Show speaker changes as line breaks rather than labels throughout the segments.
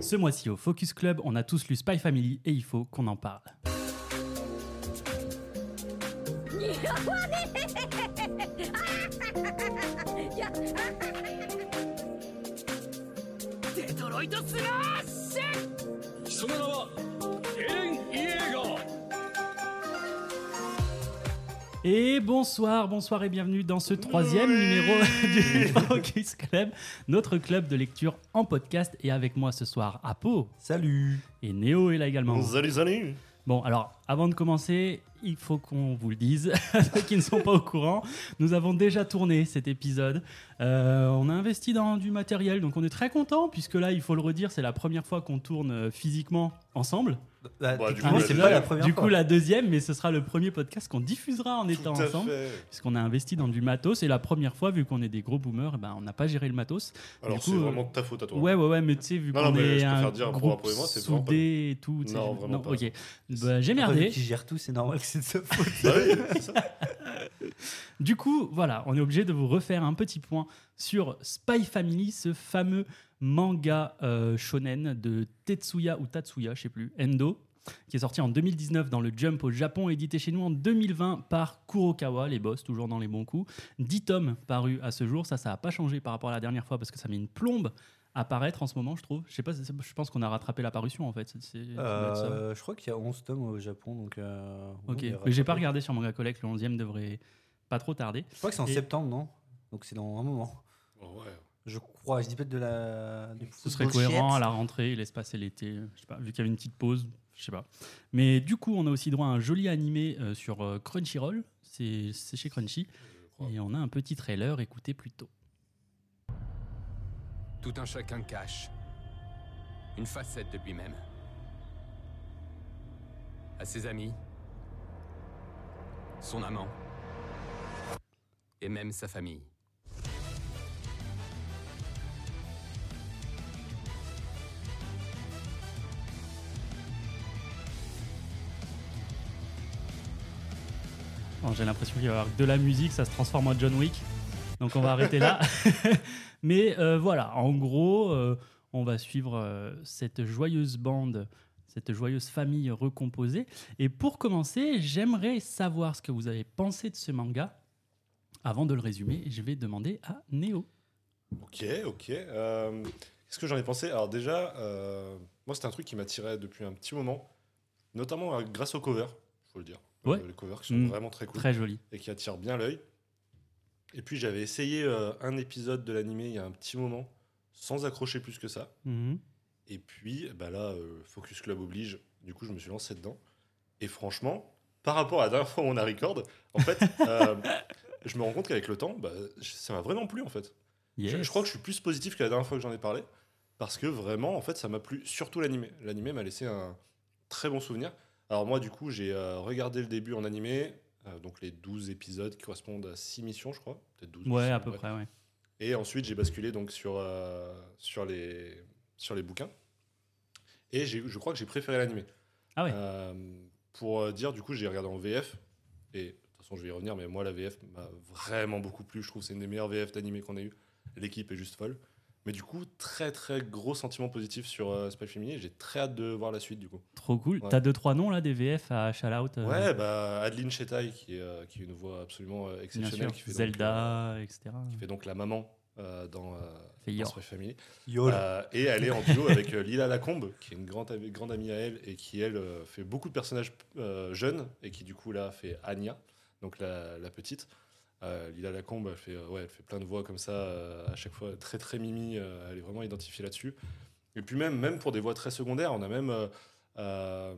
Ce mois-ci au Focus Club, on a tous lu Spy Family et il faut qu'on en parle. Et bonsoir, bonsoir et bienvenue dans ce troisième numéro du Focus Club, notre club de lecture en podcast. Et avec moi ce soir, Apo
Salut
et Néo est là également.
Salut, salut
Bon, alors, avant de commencer, il faut qu'on vous le dise, ceux qui ne sont pas au courant, nous avons déjà tourné cet épisode. Euh, on a investi dans du matériel, donc on est très content, puisque là, il faut le redire, c'est la première fois qu'on tourne euh, physiquement ensemble. Hein,
Bah, du
techniquement,
coup, la
c'est
deuxième.
pas la première
du
fois.
coup, la deuxième, mais ce sera le premier podcast qu'on diffusera en étant
Tout à
ensemble,
fait.
puisqu'on a investi dans du matos, et la première fois, vu qu'on est des gros boomers, eh ben, on n'a pas géré le matos.
Alors,
coup,
c'est
euh,
vraiment de ta faute à toi.
Ouais, ouais, ouais, mais tu sais, vu
Non, non,
qu'on
mais
est
je préfère
un
dire, pour
groupe
Apo et moi, c'est vraiment pas
soudé et tout. tu sais,
Non,
je-
vraiment pas.
ok. Bah, j'ai
Après, vu
merdé.
qu'ils gèrent tout, c'est normal que c'est de sa faute.
Bah oui, c'est ça.
Du coup, voilà, on est obligé de vous refaire un petit point sur Spy Family, ce fameux manga euh, shonen de Tetsuya ou Tatsuya, je sais plus, Endo, qui est sorti en 2019 dans le Jump au Japon, édité chez nous en 2020 par Kurokawa, les boss, toujours dans les bons coups. 10 tomes parus à ce jour, ça, ça n'a pas changé par rapport à la dernière fois parce que ça met une plombe à paraître en ce moment, je trouve. Je sais pas, c'est- je pense qu'on a rattrapé la parution en fait. c'est- c'est- ça doit être ça.
Euh, je crois qu'il y a 11 tomes au Japon, donc... euh, on
Ok,
verra.
mais j'ai pas regardé sur Manga Collect, le 11e devrait pas trop tarder.
Je crois que c'est en
Et-
septembre, non Donc c'est dans un moment.
Ouais.
Je crois, je dis peut-être de la... du
Ce serait
bullshit.
cohérent à la rentrée, il laisse passer l'été, euh, je sais pas, vu qu'il y avait une petite pause, je sais pas. Mais du coup, on a aussi droit à un joli animé euh, sur euh, Crunchyroll, c'est c'est chez Crunchy,
crois.
et on a un petit trailer, écoutez plutôt.
Tout un chacun cache une facette de lui-même. À ses amis, son amant, et même sa famille.
Alors, J'ai l'impression qu'il va y avoir de la musique, ça se transforme en John Wick. Donc on va arrêter là. Mais euh, voilà, en gros, euh, on va suivre euh, cette joyeuse bande, cette joyeuse famille recomposée. Et pour commencer, j'aimerais savoir ce que vous avez pensé de ce manga. Avant de le résumer, je vais demander à Néo.
Ok, ok. Euh, Qu'est-ce que j'en ai pensé Alors, déjà, euh, moi, c'était un truc qui m'attirait depuis un petit moment, notamment euh, grâce aux covers, il faut le dire. Euh,
Ouais.
les covers qui sont
Mm.
vraiment très cool
Très joli.
et qui attirent bien l'œil. Et puis, j'avais essayé euh, un épisode de l'animé il y a un petit moment, sans accrocher plus que ça.
Mhm.
Et puis, bah là, euh, Focus Club oblige. Du coup, je me suis lancé dedans. Et franchement, par rapport à la dernière fois où on a record, en fait, euh, je me rends compte qu'avec le temps, bah, je- ça m'a vraiment plu, en fait. Je- Je,
Yes.
crois que je suis plus positif que la dernière fois que j'en ai parlé. Parce que vraiment, en fait, ça m'a plu. Surtout l'animé. L'animé m'a laissé un très bon souvenir. Alors moi, du coup, j'ai euh, regardé le début en animé. euh, donc les 12 épisodes qui correspondent à 6 missions, je crois. Peut-être 12.
Ouais,
missions,
à peu
bref.
près, ouais.
Et ensuite, j'ai basculé donc sur, euh, sur, les, sur les bouquins. Et j'ai- je crois que j'ai préféré l'animé.
Ah ouais.
Euh, pour euh, dire, du coup, j'ai regardé en VF. Et de toute façon, je vais y revenir, mais moi, la VF m'a vraiment beaucoup plu. Je trouve que c'est une des meilleures VF d'animé qu'on ait eu. L'équipe est juste folle. Mais du coup, très très gros sentiment positif sur euh, Spy Family. J'ai très hâte de voir la suite du coup.
Trop cool.
Ouais.
T'as deux, trois noms là des VF à shout out. euh,
Ouais, bah Adeline Chetai qui, est, euh, qui est une voix absolument euh,
bien sûr.
exceptionnelle. Qui fait donc, euh,
Zelda, etc.
qui fait donc la maman euh, dans, euh,
Fait
dans
Yor.
Spy Family.
Yol.
Euh, et elle est en duo avec euh, Lila Lacombe, qui est une grande, ami- grande amie à elle et qui, elle, euh, fait beaucoup de personnages euh, jeunes et qui, du coup, là, fait Anya, donc la, la petite. Euh, Lila Lacombe, elle fait, euh, ouais, elle fait plein de voix comme ça, euh, à chaque fois très, très mimi. euh, elle est vraiment identifiée là-dessus. Et puis, même, même pour des voix très secondaires, on a même. euh, euh,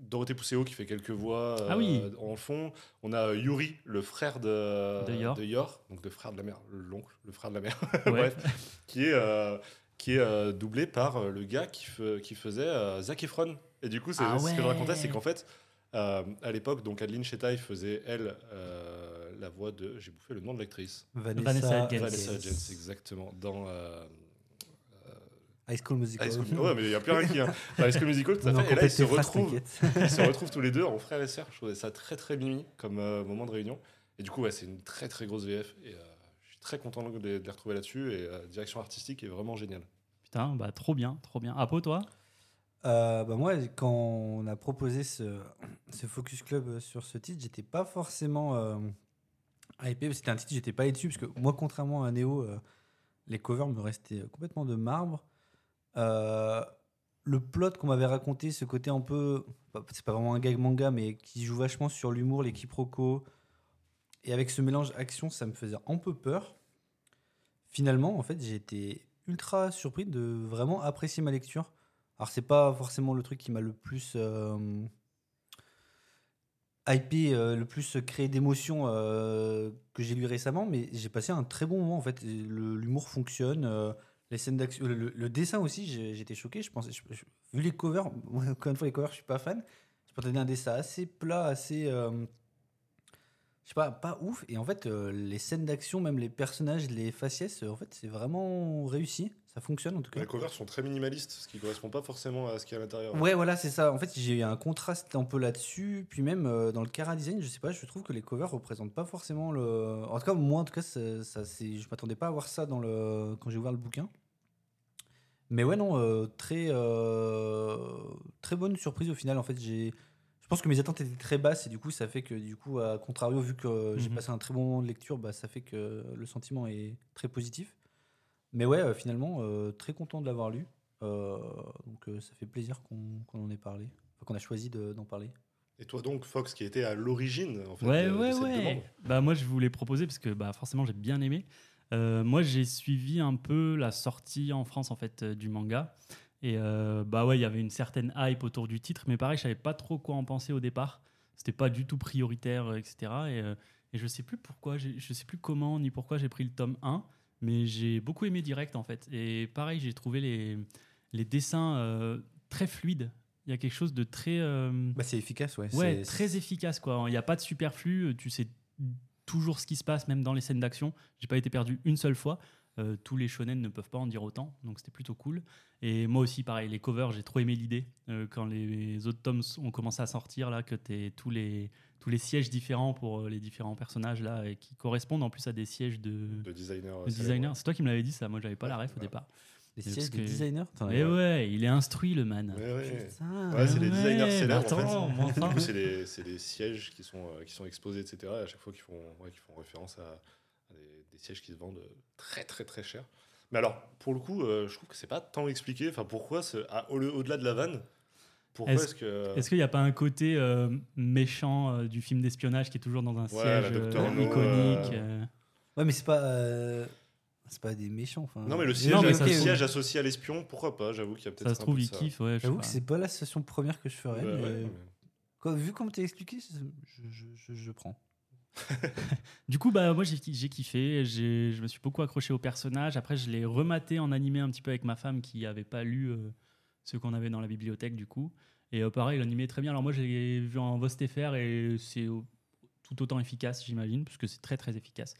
Dorothée Pousséo qui fait quelques voix
Ah oui.
euh, en fond. On a euh, Yuri, le frère de,
De Yor.
donc le frère de la mère, l'oncle, le frère de la mère,
Ouais.
bref, qui est, euh, qui est euh, doublé par euh, le gars qui, fe- qui faisait euh, Zac Efron. Et du coup, c'est
Ah
c'est ce que je racontais,
ouais.
c'est qu'en fait, euh, à l'époque, donc Adeline Chetaille faisait, elle, euh, la voix de... J'ai bouffé le nom de l'actrice.
Vanessa Hudgens.
Vanessa Hudgens, exactement, dans... euh,
High School Musical.
High School Ouais, mais il n'y a plus rien qui... hein. Dans High School Musical, tout à
Non,
fait. Et là,
complète
ils se
tes phrases,
retrouvent
t'inquiète.
ils se retrouvent tous les deux en frères et sœurs. Je trouvais ça très très mimi comme euh, moment de réunion. Et du coup, ouais, c'est une très euh, très grosse VF. Et euh, je suis très content de les, de les retrouver là-dessus. Et la direction artistique est vraiment géniale.
Putain, bah trop bien, trop bien. Apo, toi
Euh, bah moi, quand on a proposé ce, ce Focus Club euh, sur ce titre, j'étais pas forcément euh, hypé. parce que C'était un titre, j'étais pas allé dessus parce que moi, contrairement à Neo, euh, les covers me restaient euh, complètement de marbre. Euh, le plot qu'on m'avait raconté, ce côté un peu, bah, c'est pas vraiment un gag manga, mais qui joue vachement sur l'humour, les quiproquos, et avec ce mélange action, ça me faisait un peu peur. Finalement, en fait, j'ai été ultra surpris de vraiment apprécier ma lecture. Alors, c'est pas forcément le truc qui m'a le plus euh, hypé, euh, le plus créé d'émotions euh, que j'ai lu récemment, mais j'ai passé un très bon moment en fait. Et le- L'humour fonctionne, euh, les scènes d'action, le, le- le dessin aussi, j'ai- j'étais choqué. Je pensais, je- je- vu les covers, moi, encore une fois, les covers, je suis pas fan. Je m'attendais à un dessin assez plat, assez. euh, je sais pas, pas ouf. Et en fait, euh, les scènes d'action, même les personnages, les faciès, euh, en fait, c'est vraiment réussi. Ça fonctionne en tout cas.
Les covers sont très minimalistes, ce qui correspond pas forcément à ce qu'il y a à l'intérieur.
Ouais, voilà, c'est ça. En fait, j'ai eu un contraste un peu là-dessus. Puis même euh, dans le Cara Design, je sais pas, je trouve que les covers représentent pas forcément le. En tout cas, moi, en tout cas, ça, ça, c'est... je m'attendais pas à voir ça dans le... quand j'ai ouvert le bouquin. Mais ouais, non, euh, très, euh, très bonne surprise au final. En fait, j'ai. Je pense que mes attentes étaient très basses et du coup, ça fait que, du coup, à contrario, vu que euh, j'ai
Mhm.
passé un très bon moment de lecture, bah, ça fait que le sentiment est très positif. Mais ouais, euh, finalement, euh, très content de l'avoir lu. Euh, donc euh, ça fait plaisir qu'on qu'on en ait parlé, Enfin, qu'on a choisi de- d'en parler.
Et toi donc, Fox, qui était à l'origine en fait,
Ouais,
de- de
ouais,
cette
ouais.
demande.
Bah, moi, je voulais proposer parce que bah, forcément, j'ai bien aimé. Euh, moi, j'ai suivi un peu la sortie en France en fait euh, du manga. Et euh, bah ouais, il y avait une certaine hype autour du titre, mais pareil, je savais pas trop quoi en penser au départ. C'était pas du tout prioritaire, euh, etc. Et, euh, et je sais plus pourquoi, j'ai- je sais plus comment ni pourquoi j'ai pris le tome 1, mais j'ai beaucoup aimé direct en fait. Et pareil, j'ai trouvé les, les dessins euh, très fluides. Il y a quelque chose de très. euh,
Bah, c'est efficace, ouais.
Ouais,
C'est-
très efficace quoi. Il n'y a pas de superflu, euh, tu sais toujours ce qui se passe, même dans les scènes d'action. J'ai pas été perdu une seule fois. Euh, tous les shonen ne peuvent pas en dire autant, donc c'était plutôt cool. Et moi aussi, pareil, les covers, j'ai trop aimé l'idée. Euh, quand les autres tomes ont commencé à sortir, là, que t'es tous les, tous les sièges différents pour euh, les différents personnages, là, et qui correspondent en plus à des sièges de, de
De designer. euh,
designers. C'est toi qui me l'avais dit ça, moi j'avais pas la
Ouais,
ref au
voilà.
départ.
Les
parce
sièges des
que-
designers t'en as-
Mais ouais, il est instruit le man.
célèbres. Ouais, ouais.
Putain.
Ouais, c'est des
Ah, Ouais,
designers
bah
célèbres.
attends,
en fait.
mais enfin.
Du coup, c'est des, c'est des sièges qui sont, euh, qui sont exposés, etc. À chaque fois qu'ils font, ouais, qu'ils font référence à, à des, des sièges qui se vendent euh, très, très, très cher. Mais alors, pour le coup, euh, je trouve que c'est pas tant expliqué. Enfin, pourquoi, ce- à- au- au-delà de la vanne, pourquoi
Est-ce-
est-ce que.
Est-ce qu'il n'y a pas un côté euh, méchant euh, du film d'espionnage qui est toujours dans un
la
siège
Docteur
euh,
No,
iconique euh,
Ouais, mais c'est pas. euh, C'est pas des méchants. enfin.
Non, mais le siège,
mais
le
ça se trouve-
siège associé à l'espion, pourquoi pas J'avoue qu'il y a peut-être.
Ça se
un
trouve,
peu de
il kiffe. Ouais, je sais
J'avoue
pas.
que c'est pas la station première que je
Ouais,
ferais. mais
ouais, ouais.
quoi, vu comme t'as expliqué, c'est- je, je- je- je prends.
Du coup, bah, moi, j'ai j'ai kiffé. j'ai- Je me suis beaucoup accroché au personnage. Après, je l'ai rematé en animé un petit peu avec ma femme qui n'avait pas lu euh, ce qu'on avait dans la bibliothèque, du coup. Et euh, pareil, l'animé est très bien. Alors, moi, j'ai vu en VosTFR et c'est au- tout autant efficace, j'imagine, parce que c'est très, très efficace.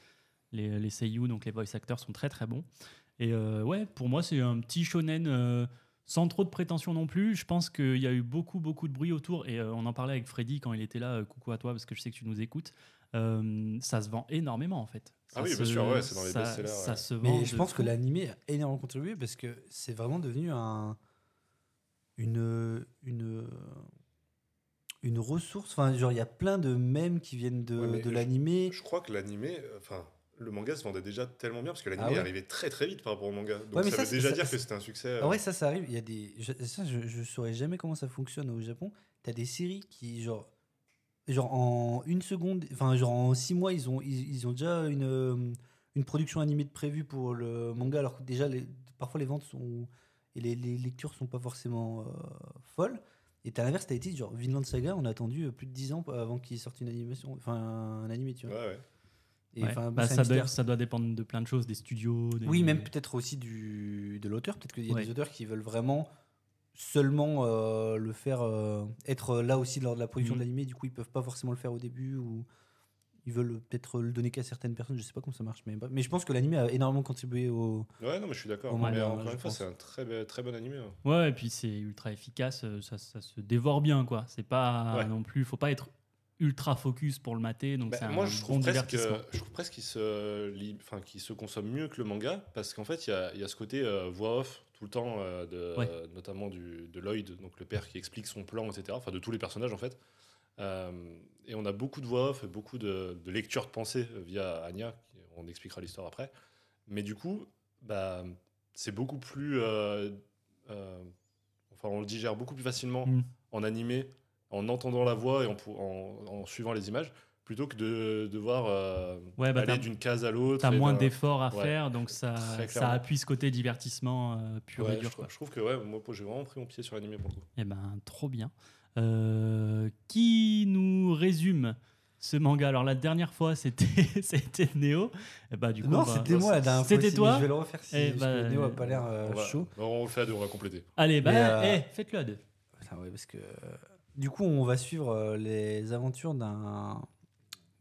Les, les seiyuu, donc les voice actors, sont très, très bons. Et euh, ouais, pour moi, c'est un petit shonen euh, sans trop de prétention non plus. Je pense qu'il y a eu beaucoup, beaucoup de bruit autour. Et euh, on en parlait avec Freddy quand il était là. euh, coucou à toi, parce que je sais que tu nous écoutes. Euh, ça se vend énormément en fait.
Ah
Ça
oui, bien
se-
sûr, ouais, c'est dans les
ça-
best-sellers, ouais.
Ça se vend.
Mais je
de
pense
fou.
que l'animé a énormément contribué parce que c'est vraiment devenu un, une, une, une ressource. Enfin, genre, il y a plein de mèmes qui viennent de,
Ouais, mais
de
je-
l'animé.
Je crois que l'animé. euh, Enfin. Le manga se vendait déjà tellement bien parce que l'anime
Ah ouais
est arrivé très très vite par rapport au manga. Donc
Ouais, mais
ça,
ça,
veut
c'est-
déjà
ça-
dire que
c'est-
c'était un succès.
Ah
euh,
ouais, ça, ça arrive. Il y a des. Je, ça, je, je saurais jamais comment ça fonctionne au Japon. T'as des séries qui, genre. Genre en une seconde, enfin, genre en six mois, ils ont, ils, ils ont déjà une, euh, une production animée de prévue pour le manga, alors que déjà, les, parfois les ventes sont. et les, les lectures sont pas forcément euh, folles. Et t'as l'inverse, t'as été genre Vinland Saga, on a attendu euh, plus de 10 ans avant qu'il sorte une animation, enfin un animé, tu vois.
ouais, ouais.
Et,
Ouais.
enfin, bon,
Bah,
c'est un
ça,
mystère.
doit, ça doit dépendre de plein de choses, des studios. des-
Oui, même peut-être aussi du, de l'auteur. Peut-être qu'il y a
Ouais.
des auteurs qui veulent vraiment seulement euh, le faire euh, être là aussi lors de la production
Mhm.
de l'animé. Du coup, ils peuvent pas forcément le faire au début ou ils veulent peut-être le donner qu'à certaines personnes. Je sais pas comment ça marche, mais, bah, mais je pense que l'animé a énormément contribué au.
Ouais, non, mais je suis d'accord.
Au
mais
manga,
encore
je
une fois,
pense.
c'est un très, be- très bon animé. hein.
Ouais, et puis c'est ultra efficace, euh, ça, ça se dévore bien quoi. C'est pas
Ouais.
non plus, faut pas être ultra focus pour le mater, donc
Bah,
c'est un
moi, je
bon
trouve, presque,
divertissement.
je trouve presque qu'il se, li- enfin, qu'il se consomme mieux que le manga parce qu'en fait, il y a, il y a ce côté euh, voix off. Tout tout le temps, euh, de,
Ouais.
euh, notamment du, de Lloyd, donc le père qui explique son plan, etc. Enfin, de tous les personnages en fait. Euh, et on a beaucoup de voix off, et beaucoup de, de lectures de pensée via Anya. qui- On expliquera l'histoire après. Mais du coup, bah, c'est beaucoup plus. euh, euh, enfin, on le digère beaucoup plus facilement
Mm.
en animé, en entendant la voix et en, pou- en- en suivant les images, plutôt que de devoir euh,
Ouais, bah,
aller
t'as-
d'une case à l'autre.
T'as
et
moins
d'un-
d'efforts à
ouais.
faire, donc ça, ça
Très clairement.
appuie ce côté divertissement euh, pur
Ouais,
et
je,
dur.
trouve-
Quoi.
je trouve que ouais, moi j'ai vraiment pris mon pied sur l'animé pour le coup.
Eh ben, trop bien. Euh, qui nous résume ce manga Alors, la dernière fois, c'était c'était Neo. Eh ben, du coup,
non,
on va-
c'était moi la dernière fois
C'était
aussi,
toi
mais Je vais le refaire si
Eh
parce
bah,
que Néo a pas l'air euh,
on, va-
chaud.
non, on le fait à deux, on va compléter.
Allez, bah,
Mais, euh,
eh, faites-le à deux.
Putain, ouais, parce que euh, du coup, on va suivre euh, les aventures d'un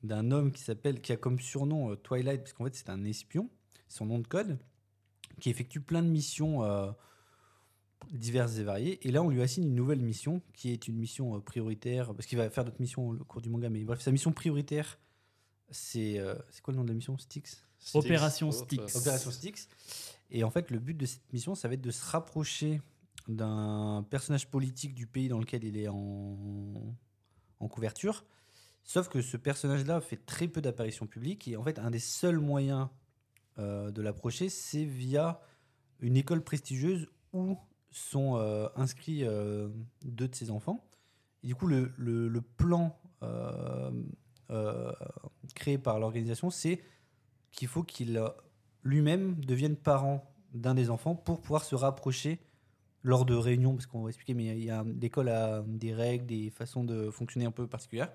d'un homme qui s'appelle qui a comme surnom euh, Twilight parce qu'en fait, c'est un espion, son nom de code qui effectue plein de missions euh, diverses et variées et là, on lui assigne une nouvelle mission qui est une mission euh, prioritaire parce qu'il va faire d'autres missions au cours du manga mais bref, sa mission prioritaire c'est euh, c'est quoi le nom de la mission Styx
Styx,
Opération
autre-
Styx.
Opération Styx. Et en fait, le but de cette mission, ça va être de se rapprocher d'un personnage politique du pays dans lequel il est en, en couverture. Sauf que ce personnage-là fait très peu d'apparitions publiques. Et en fait, un des seuls moyens euh, de l'approcher, c'est via une école prestigieuse où sont euh, inscrits euh, deux de ses enfants. Et du coup, le, le- le plan euh, euh, créé par l'organisation, c'est qu'il faut qu'il euh, lui-même devienne parent d'un des enfants pour pouvoir se rapprocher lors de réunions, parce qu'on va expliquer, mais il y a l'école a des règles, des façons de fonctionner un peu particulières.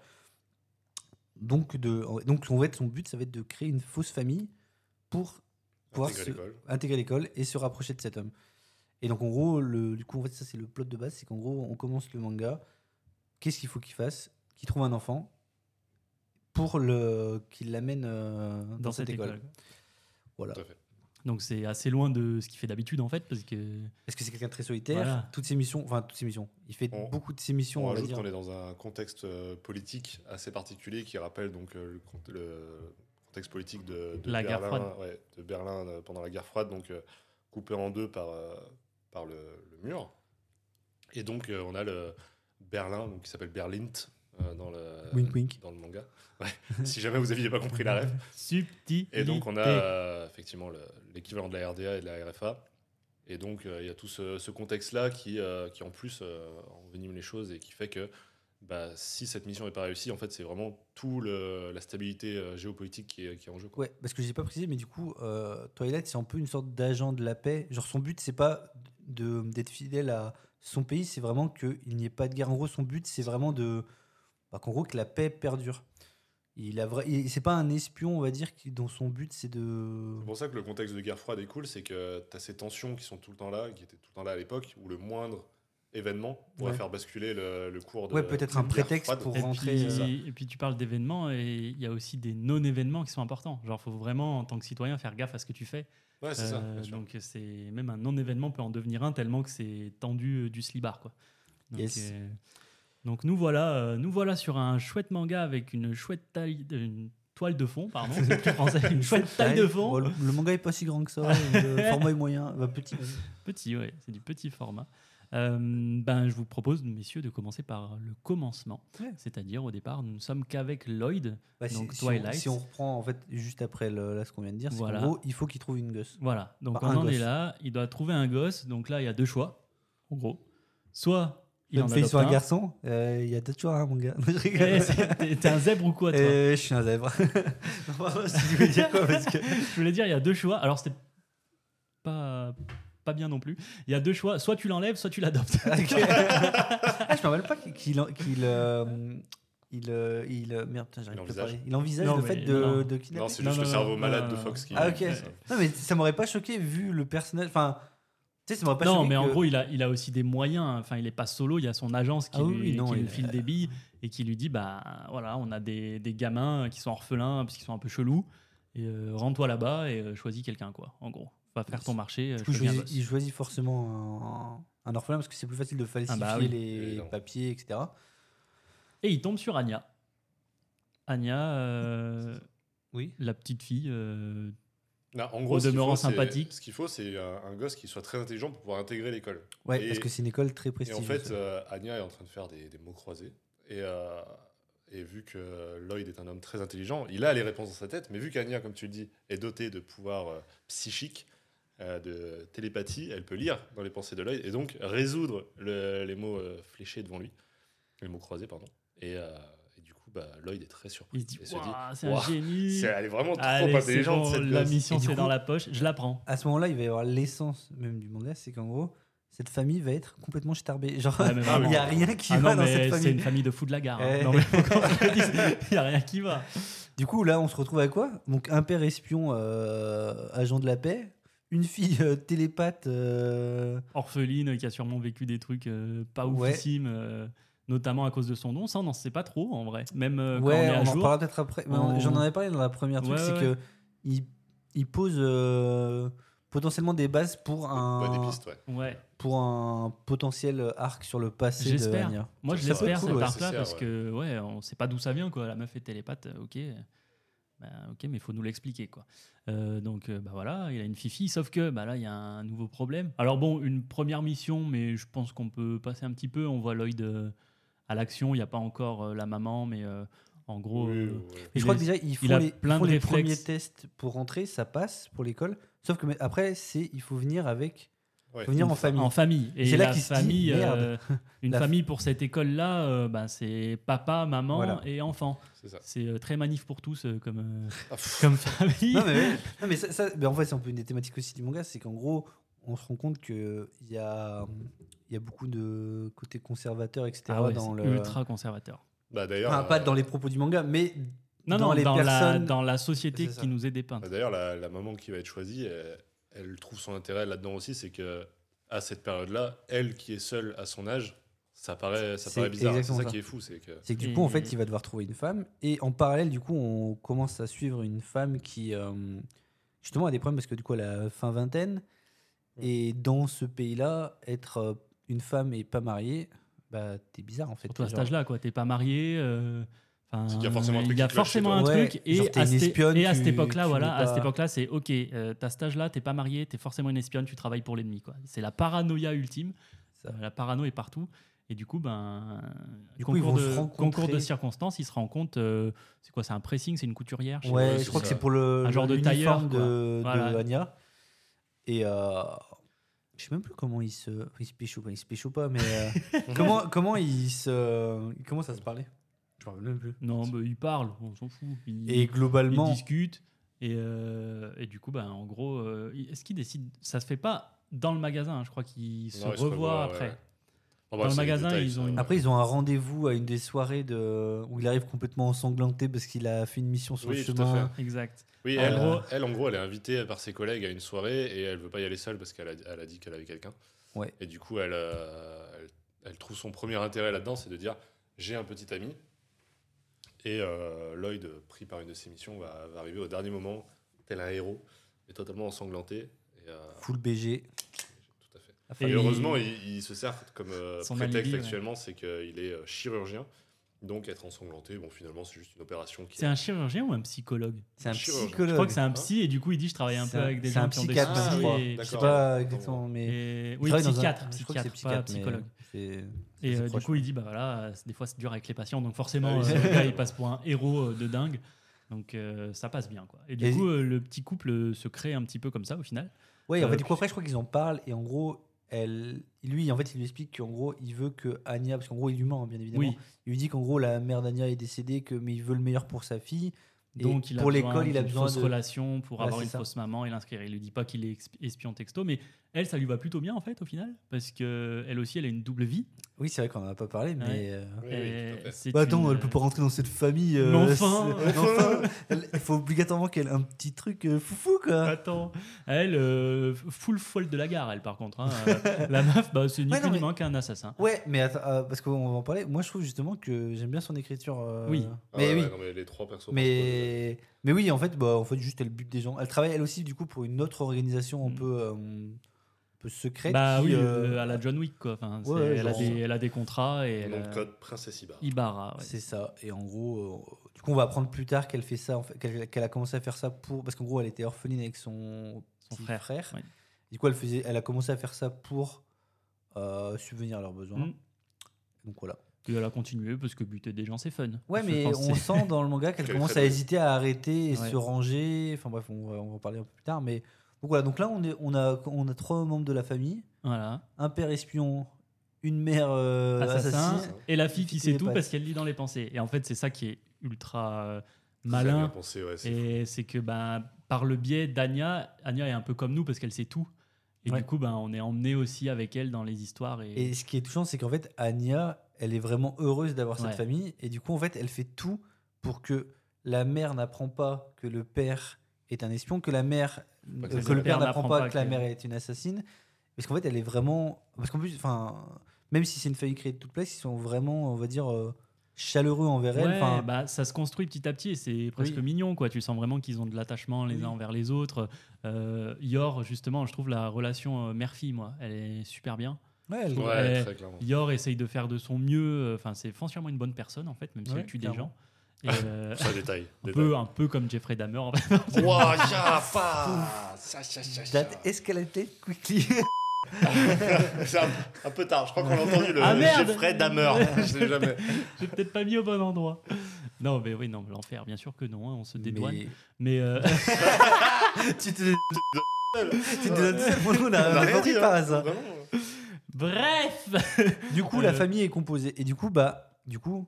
Donc, de, donc on va être, son but, ça va être de créer une fausse famille pour pouvoir
euh, Intégrer
se,
l'école.
intégrer l'école et se rapprocher de cet homme. Et donc en gros, le, du coup, en fait, ça c'est le plot de base, c'est qu'en gros, on commence le manga. Qu'est-ce qu'il faut qu'il fasse Qu'il trouve un enfant pour le qu'il l'amène euh, dans,
Dans cette école.
Voilà.
Tout à fait.
Donc, c'est assez loin de ce qu'il fait d'habitude, en fait, parce que.
Parce que c'est quelqu'un de très solitaire.
Voilà.
Toutes ses missions, enfin toutes ses missions. Il fait
On-
beaucoup de ses missions,
On
on, va
rajoute
dire.
qu'on est dans un contexte euh, politique assez particulier qui rappelle donc euh, le, cont- le contexte politique de, de
La guerre
Berlin,
froide.
ouais, de Berlin euh, pendant la guerre froide, donc euh, coupé en deux par, euh, par le, le mur. Et donc euh, on a le Berlin, donc, qui s'appelle Berlint euh, dans, le,
Wink, wink.
dans le manga. Ouais, si jamais vous aviez pas compris la rêve.
Subtilité.
Et donc, on a euh, effectivement le- l'équivalent de la RDA et de la RFA. Et donc, euh, il y a tout ce, ce contexte-là qui, euh, qui, en plus, euh, envenime les choses et qui fait que bah, si cette mission n'est pas réussie, en fait, c'est vraiment tout le- la stabilité euh, géopolitique qui est, qui est en jeu. quoi.
Ouais, parce que j'ai pas précisé, mais du coup, euh, Twilight, c'est un peu une sorte d'agent de la paix. Genre, son but, c'est pas de- d'être fidèle à son pays, c'est vraiment qu'il n'y ait pas de guerre. En gros, son but, c'est vraiment de. bah, qu'en gros, que la paix perdure. Il a vrai, il- c'est pas un espion, on va dire, qui, dont son but, c'est de.
C'est pour ça que le contexte de guerre froide est cool, c'est que tu as ces tensions qui sont tout le temps là, qui étaient tout le temps là à l'époque, où le moindre événement pourrait
Ouais.
faire basculer le, le cours de.
Ouais, peut-être un
de guerre
prétexte
froide.
pour
Et
rentrer.
puis,
euh,
et puis tu parles d'événements et il y a aussi des non-événements qui sont importants. Genre, faut vraiment, en tant que citoyen, faire gaffe à ce que tu fais.
Ouais, c'est ça.
Euh,
bien sûr.
donc, c'est même un non-événement peut en devenir un tellement que c'est tendu euh, du slibar, quoi. Donc,
Yes.
euh, donc nous voilà, euh, nous voilà sur un chouette manga avec une chouette taille, de- une toile de fond, pardon, c'est plus français, une chouette taille de
Bon,
fond.
le, le manga est pas si grand que ça, le format est moyen, bah, petit.
Petit, ouais, c'est du petit format. Euh, ben, je vous propose, messieurs, de commencer par le commencement,
Ouais.
c'est-à-dire au départ, nous ne sommes qu'avec Lloyd,
Bah, si-
Donc,
si, on-
Twilight.
si on, reprend en fait juste après le- là ce qu'on vient de dire, c'est
Voilà.
qu'en gros, il faut qu'il trouve une gosse.
Voilà, donc
Bah,
on
un
en est
gosse.
là, il doit trouver un gosse, donc là il y a deux choix, en gros. Soit il en
Même s'il
adopte
soit un
un,
garçon, euh, il y a peut-être toujours un mon gars. Je
Eh,
rigole.
c'est- t'es t'es un zèbre ou quoi toi
Euh, je suis un zèbre. Non, pardon, je voulais dire quoi parce que
Je voulais dire, il y a deux choix, alors c'était pas, pas bien non plus, il y a deux choix, soit tu l'enlèves, soit tu l'adoptes.
ah, je me rappelle pas qu'il en- qu'il euh, il euh, il euh, merde, putain, j'arrive
Il
plus à
envisage.
parler. Il envisage
Non,
le
mais
fait
non.
de, de kidnapper.
Non, c'est
Non, non,
juste le
non,
cerveau
non,
malade
non,
de
non.
Fox qui.
Ah, ok.
qui-
Non mais ça m'aurait pas choqué vu le personnel. Enfin, tu sais, ça m'aurait pas
non,
choqué.
mais en
que-
gros, il a, il a aussi des moyens. Enfin, il n'est pas solo. Il y a son agence qui,
Ah oui,
lui,
oui, non,
qui lui
il-
file des billes et qui lui dit Bah voilà, on a des, des gamins qui sont orphelins parce qu'ils sont un peu chelous. Et euh, rends-toi là-bas et euh, choisis quelqu'un, quoi. En gros, va faire ton marché. euh,
Du coup, il
choisis un
choisit,
boss.
il choisit forcément un, un orphelin parce que c'est plus facile de falsifier
Ah bah oui.
les
Évidemment.
papiers, etc.
Et il tombe sur Anya. Anya, euh,
Oui.
la petite fille euh,
Non, en gros, ce qu'il
demeurant
faut, c'est-
sympathique.
Ce qu'il faut, c'est un, un gosse qui soit très intelligent pour pouvoir intégrer l'école.
Ouais,
Et-
parce que c'est une école très
Et en
prestigieuse.
fait, euh, Anya est en train de faire des, des mots croisés. Et, euh, et vu que Lloyd est un homme très intelligent, il a les réponses dans sa tête, mais vu qu'Anya, comme tu le dis, est dotée de pouvoirs euh, psychiques, euh, de télépathie, elle peut lire dans les pensées de Lloyd et donc résoudre le- les mots euh, fléchés devant lui, les mots croisés, pardon. Et, euh, et du coup, bah, Lloyd est très surpris.
Il se dit,
et
Ouah, c'est un
Ouah,
génie.
c'est- elle est vraiment trop
Allez, c'est
intelligente,
bon,
cette
la
gosse.
mission
Et du
c'est
coup-
dans la poche, je la prends.
à ce moment-là, il va y avoir l'essence même du manga, c'est qu'en gros, cette famille va être complètement starbée. Genre,
Ouais, mais
Ah, il
vraiment.
n'y a rien qui
Ah
va
non,
dans
mais
cette
c'est une
famille.
famille de fous de la gare. hein.
Eh.
Non, mais faut qu'on se le dise, il n'y a rien qui va.
Du coup, là, on se retrouve à quoi Donc, un père espion, euh, agent de la paix, une fille euh, télépathe. euh,
Orpheline qui a sûrement vécu des trucs euh, pas
Ouais.
oufissimes, euh, notamment à cause de son don. Ça, on n'en sait pas trop en vrai. Même euh, quand on
ouais,
est
on,
à
en
jour.
parlera peut-être après. mais on-
on-
J'en avais parlé dans la première truc,
Ouais,
c'est
ouais.
que il, il pose euh, potentiellement des bases pour
Ouais, des
un,
pistes, ouais.
Ouais.
pour un potentiel arc sur le passé de
J'espère.
Anya.
Moi,
Ça
je
peut être
l'espère
cool,
cette
ouais,
arc-là
c'est ça,
parce
ouais.
que ouais, on sait pas d'où ça vient quoi. La meuf est télépathe, euh, ok. Bah, ok, mais il faut nous l'expliquer quoi. Euh, donc euh, bah voilà, il a une fifi, sauf que bah là il y a un nouveau problème. Alors bon, une première mission, mais je pense qu'on peut passer un petit peu. On voit Lloyd euh, à l'action. Il n'y a pas encore euh, la maman, mais euh, en gros,
Oui,
euh,
ouais.
Mais
Il
je crois
est-
que déjà, ils font,
il a
les,
plein
ils font
de
les
réflexes.
premiers tests pour rentrer, ça passe pour l'école. Sauf que mais après, c'est il faut venir avec,
Ouais.
faut venir en
Une fa-
famille.
En famille. Et
C'est là
la
qu'il se dit,
famille,
merde.
euh, une
La f-
famille pour cette école-là, euh, bah, c'est papa, maman
Voilà.
et enfant.
C'est ça.
C'est euh, très manif pour tous euh, comme, euh,
Ah, pff.
comme famille.
Non mais, ouais. Non, mais ça, ça- mais en fait, c'est un peu une des thématiques aussi du manga, c'est qu'en gros, on se rend compte que il y a, il y a beaucoup de côté conservateur, etc.
Ah ouais,
dans
c'est
le
ultra conservateur.
Bah, d'ailleurs,
Enfin, pas
euh,
dans les propos du manga, mais
Non,
dans
non,
les
dans, la,
personnes.
dans la société
C'est ça.
qui nous est dépeinte.
Bah, D'ailleurs, la, la maman qui va être choisie, elle, elle trouve son intérêt là-dedans aussi, c'est que à cette période-là, elle qui est seule à son âge, ça paraît, ça
C'est
paraît bizarre. C'est ça,
exactement ça.
qui est fou, c'est que
C'est que du
Et-
coup, en fait, il va devoir trouver une femme. Et en parallèle, du coup, on commence à suivre une femme qui, euh, justement, a des problèmes parce que du coup, elle a fin vingtaine.
Mm.
Et dans ce pays-là, être euh, une femme et pas mariée, bah, t'es bizarre en fait.
Surtout à
Genre-
cet âge-là, quoi. T'es pas marié. euh, enfin,
C'est qu'il y a forcément un truc
il y a
qui cloche chez
forcément un
toi. Ouais,
truc, et,
genre, t'es
à
une
cette-
espionne,
et à
tu-
cette époque-là,
tu
voilà,
n'es
à cette
pas-
époque-là, c'est ok. euh, t'as cet âge-là, t'es pas marié, t'es forcément une espionne, tu travailles pour l'ennemi, quoi. C'est la paranoïa ultime.
Ça.
Euh, La parano est partout. Et du coup, ben,
Du coup, ils
concours,
vont se
de,
rencontrer.
concours de circonstances, il se rend compte, euh, c'est quoi, c'est un pressing, c'est une couturière je sais
Ouais,
pas.
c'est
je crois que
ça.
c'est pour le
Un genre de tailleur, quoi.
l'uniforme de, de
Voilà.
Anya. Et euh, je sais même plus comment ils se, ils se pécho pas, ils se pécho pas, mais euh, comment comment ils se, comment ça se parlait Je me rappelle même plus.
Non, mais il parle, on s'en fout. Il-
Et globalement,
Ils discutent. Et, euh, et du coup, ben, en gros, euh, il- est-ce qu'ils décident Ça se fait pas dans le magasin, hein, je crois qu'ils se
Non, ils se
revoient
revoient,
après.
ouais. Bon, bref,
le
c'est des
magasin,
détails,
ils ont
ça.
une-
Après, ils ont un rendez-vous à une des soirées de... où il arrive complètement ensanglanté parce qu'il a fait une mission sur
Oui,
le
tout à
chemin.
Exact.
Oui,
En
elle,
gros-
elle, en gros, elle est invitée par ses collègues à une soirée et elle veut pas y aller seule parce qu'elle a, elle a dit qu'elle avait quelqu'un.
Ouais.
Et du coup, elle, euh, elle, elle trouve son premier intérêt là-dedans, c'est de dire j'ai un petit ami. Et euh, Lloyd, pris par une de ses missions, va, va arriver au dernier moment, tel un héros, et totalement ensanglanté. Et, euh,
Full BG.
tout à fait.
à
Et-
Et
faire-
heureusement, il, il se sert comme euh,
Son
prétexte
alibi, ouais.
actuellement, c'est qu'il est euh, chirurgien. Donc, être ensanglanté, bon, finalement, c'est juste une opération qui.
C'est un chirurgien ou un psychologue
C'est un
Chirurgien.
psychologue.
Je crois que c'est un
Hein
psy et du coup il dit je travaille un
C'est
peu
un-
avec des
c'est
gens
un
qui ont des
psychiatre,
soucis
je crois.
et-
Je sais
D'accord.
pas exactement, mais.
et-
il
oui,
travaille dans un-
psychiatre,
Je crois que c'est
psychiatre, pas
mais
psychologue.
c'est-
Et
c'est
euh, du
proche.
coup il dit bah voilà, euh, des fois c'est dur avec les patients, donc forcément
Ah oui,
euh,
c'est
le
vrai.
gars il passe pour un héros euh, de dingue. Donc euh, ça passe bien quoi. Et du
Et-
coup euh, le petit couple euh, se crée un petit peu comme ça au final.
Ouais, en
Euh,
fait, du coup, après, je crois qu'ils en parlent et en gros, elle... lui, en fait, il lui explique qu'en gros, il veut que Anya, parce qu'en gros, il lui ment, bien évidemment.
Oui.
Il lui dit qu'en gros, la mère d'Anya est décédée, que... mais il veut le meilleur pour sa fille. Et
Donc, il a
pour
besoin
l'école, il a
d'une
besoin
fausse
de-
relation pour
Ouais,
avoir
c'est
une
ça.
fausse maman et l'inscrire. Il lui dit pas qu'il est exp- espion texto, mais elle, ça lui va plutôt bien en fait au final, parce que elle aussi, elle a une double vie.
Oui, c'est vrai qu'on en a pas parlé, mais. euh,
Oui,
Et
oui, tout à fait.
c'est
Bah attends,
une-
elle peut pas rentrer dans cette famille. euh,
Mais enfin,
c'est- enfin, elle- Il faut obligatoirement qu'elle ait un petit truc euh, foufou, quoi.
Attends, elle, euh, full folle de la gare, elle par contre. hein. Euh, la meuf, bah, c'est ni
Ouais,
plus
non,
ni
mais-
moins qu'un assassin.
Ouais, mais attends, euh, parce qu'on va en parler. Moi, je trouve justement que j'aime bien son écriture. euh,
Oui.
Ah
Mais
ouais,
oui.
ouais, non, mais les trois persos. principaux,
mais... mais oui, en fait, bah, en fait, juste elle bute des gens. Elle travaille elle aussi, du coup, pour une autre organisation un
Mm.
peu. euh, peu secrète.
Bah
qui,
oui,
euh,
euh, à la John Wick, quoi. Enfin, c'est-
ouais,
elle, a
genre-
des, elle a des contrats et elle
Nom de
a-
code Princesse Ibar.
Ibarra. ouais.
C'est ça. Et en gros, euh, du coup, on va apprendre plus tard qu'elle fait ça, en fait, qu'elle qu'elle a commencé à faire ça pour. Parce qu'en gros, elle était orpheline avec son,
Son
petit
frère, ouais.
Du coup, elle, faisait, elle a commencé à faire ça pour euh, subvenir à leurs besoins.
Mm.
Donc voilà.
Et elle a continué parce que buter des gens, c'est fun.
Ouais,
Je
mais
pense que
on
c'est-
sent dans le manga qu'elle
Qu'elle est
commence
très
à
bonne.
hésiter à arrêter et
Ouais.
se ranger. Enfin bref, on va, on va en parler un peu plus tard. Mais donc voilà, donc là, on, est, on, a, on a trois membres de la famille
Voilà.
un père espion, une mère euh,
Assassin.
assassine.
Et la fille qui
Et
sait
les
tout
pattes.
parce qu'elle lit dans les pensées. Et en fait, c'est ça qui est ultra euh,
Ça vient
malin.
penser, ouais, c'est-
Et c'est que bah, par le biais d'Anya, Anya est un peu comme nous parce qu'elle sait tout. Et
Ouais.
du coup, bah, on est emmené aussi avec elle dans les histoires. Et,
Et ce qui est touchant, c'est qu'en fait, Anya, elle est vraiment heureuse d'avoir
Ouais.
cette famille. Et du coup, en fait, elle fait tout pour que la mère n'apprend pas que le père est un espion, que la mère,
Pas que
euh,
la
que le
mère
père n'apprend pas que la
qu'elle-
mère est une assassine. Parce qu'en fait, elle est vraiment. Parce qu'en plus, enfin, même si c'est une famille créée de toute place, ils sont vraiment, on va dire, euh, chaleureux envers elle.
Ouais,
Enfin,
bah, ça se construit petit à petit et c'est presque
Oui.
mignon. quoi. Tu sens vraiment qu'ils ont de l'attachement les
Oui.
uns envers les autres. Euh, Yor, justement, je trouve la relation euh, mère-fille, moi, elle est super bien.
ouais, elle-
trouve-
Ouais,
et-
très clairement.
Yor essaye de faire de son mieux. euh, Enfin, c'est foncièrement une bonne personne, en fait, même si
Ouais,
elle tue
clairement.
des gens. Et, euh,
Ça détaille.
un, peu, un peu comme Jeffrey Dahmer, en fait.
Ouah, ya, pa Ça, ça, ça, ça.
That escalated quickly.
C'est un, un peu tard, je crois qu'on l'a entendu le
Ah, merde.
Jeffrey Dahmer. je l'ai jamais.
J'ai peut-être pas mis au bon endroit. Non, mais oui, non, mais l'enfer, bien sûr que non, hein, on se dédouane.
Mais-
Mais, euh,
tu te tu te donnes seul pour nous, on a- on
a
a
rien
compris
dit,
par
hein,
hasard.
vraiment.
bref
Du coup, la
Euh,
famille est composée. Et du coup, bah, du coup,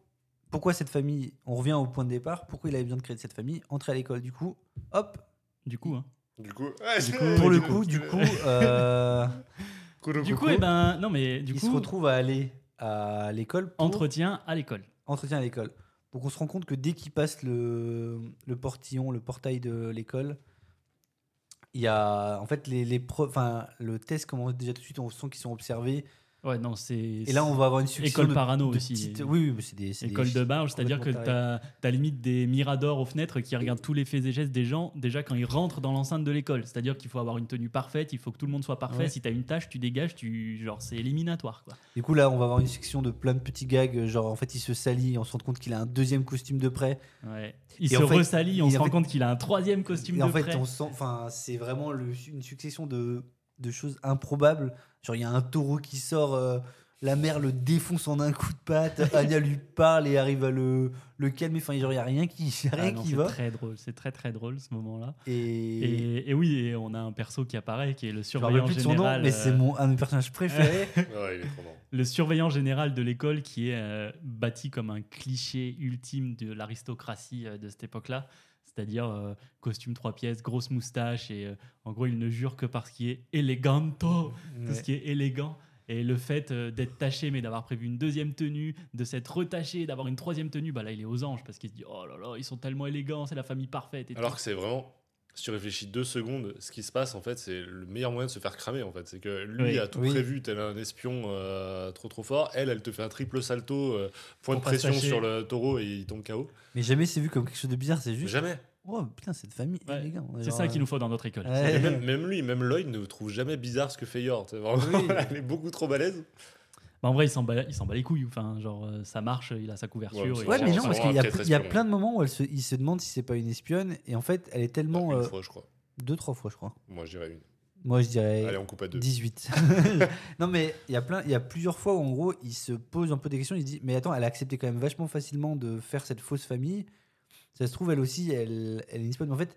pourquoi cette famille On revient au point de départ. Pourquoi il avait besoin de créer de cette famille Entrer à l'école, du coup, hop.
Du coup, hein.
Du coup, ouais,
Du coup,
c'est-
Pour le
du
coup, du coup, euh,
Du coup, eh ben, non, mais du
il
coup,
se retrouve à aller à l'école pour
entretien à l'école.
entretien à l'école. Donc, on se rend compte que dès qu'il passe le, le portillon, le portail de l'école, il y a en fait les, les pro- enfin le test commence déjà tout de suite. On sent qu'ils sont observés.
Ouais, non, c'est.
Et là, on va avoir une succession
École
de-
parano
de
aussi.
petites- Oui, oui, mais c'est des. c'est des-
École de barge, c'est-à-dire que
complètement
t'as as limite des miradors aux fenêtres qui regardent tous les faits et gestes des gens déjà quand ils rentrent dans l'enceinte de l'école. C'est-à-dire qu'il faut avoir une tenue parfaite, il faut que tout le monde soit parfait.
Ouais.
Si t'as une tâche, tu dégages, tu genre c'est éliminatoire quoi.
Du coup, là, on va avoir une section de plein de petits gags. euh, Genre, en fait, il se salit, on se rend compte qu'il a un deuxième costume de près.
Ouais. Il
Et
se
en fait,
ressalit, on
il-
se
en
rend
fait-
compte qu'il a un troisième costume
Et
de
en fait,
prêt.
on sent. Enfin, c'est vraiment le- une succession de, de choses improbables. Genre, il y a un taureau qui sort, euh, la mère le défonce en un coup de patte, Anya lui parle et arrive à le, le calmer. Enfin, genre, il n'y a rien qui, il y a
Ah
rien
non,
qui
c'est
va.
très drôle, c'est très très drôle ce moment-là.
Et.
Et, et oui, et on a un perso qui apparaît, qui est le
Je me rappelle
surveillant
plus de son nom,
général.
mais
euh,
c'est mon, un de mes personnages préférés.
Ouais, il est trop marrant.
le surveillant général de l'école qui est euh, bâti comme un cliché ultime de l'aristocratie euh, de cette époque-là, c'est-à-dire euh, costume trois pièces, grosse moustache et euh, en gros il ne jure que par ce qui est eleganto, tout ce
Ouais.
qui est élégant. Et le fait euh, d'être taché, mais d'avoir prévu une deuxième tenue, de s'être retaché, d'avoir une troisième tenue, bah là il est aux anges parce qu'il se dit oh là là ils sont tellement élégants, c'est la famille parfaite. Et
Alors
tout.
que c'est vraiment. Si tu réfléchis deux secondes, ce qui se passe, en fait, c'est le meilleur moyen de se faire cramer, en fait. C'est que lui
Oui.
a tout
Oui.
prévu, tel un espion euh, trop trop fort. Elle, elle te fait un triple salto, euh, point
Pour
de
pas se
pression
fâcher.
sur le taureau et il tombe KO.
Mais jamais c'est vu comme quelque chose de bizarre, c'est juste.
Jamais.
Oh putain, cette famille,
Ouais.
les gars. on est
c'est
genre,
ça qu'il
euh,
nous faut dans notre école.
ouais.
Et même, même lui, même Lloyd ne trouve jamais bizarre ce que fait Yor. t'sais, Vraiment,
Oui.
elle est beaucoup trop balèze.
Bah, en vrai il s'en bat, il s'en bat les couilles, enfin genre euh, ça marche, il a sa couverture.
Ouais,
et-
Ouais, mais non,
c'est
parce
vraiment
qu'il y, a
très,
ple-
très
il y a
espion.
plein de moments où elle se, il se demande si c'est pas une espionne, et en fait, elle est tellement.
Bah, Une
euh,
fois, je crois.
deux, trois fois, je crois.
Moi, je dirais une.
Moi, je
Allez,
dirais
on coupe à deux.
18. non, mais il y, a plein, il y a plusieurs fois où, en gros, il se pose un peu des questions. Il se dit, mais attends, elle a accepté quand même vachement facilement de faire cette fausse famille. Ça se trouve, elle aussi, elle, elle est une espionne. Mais en fait,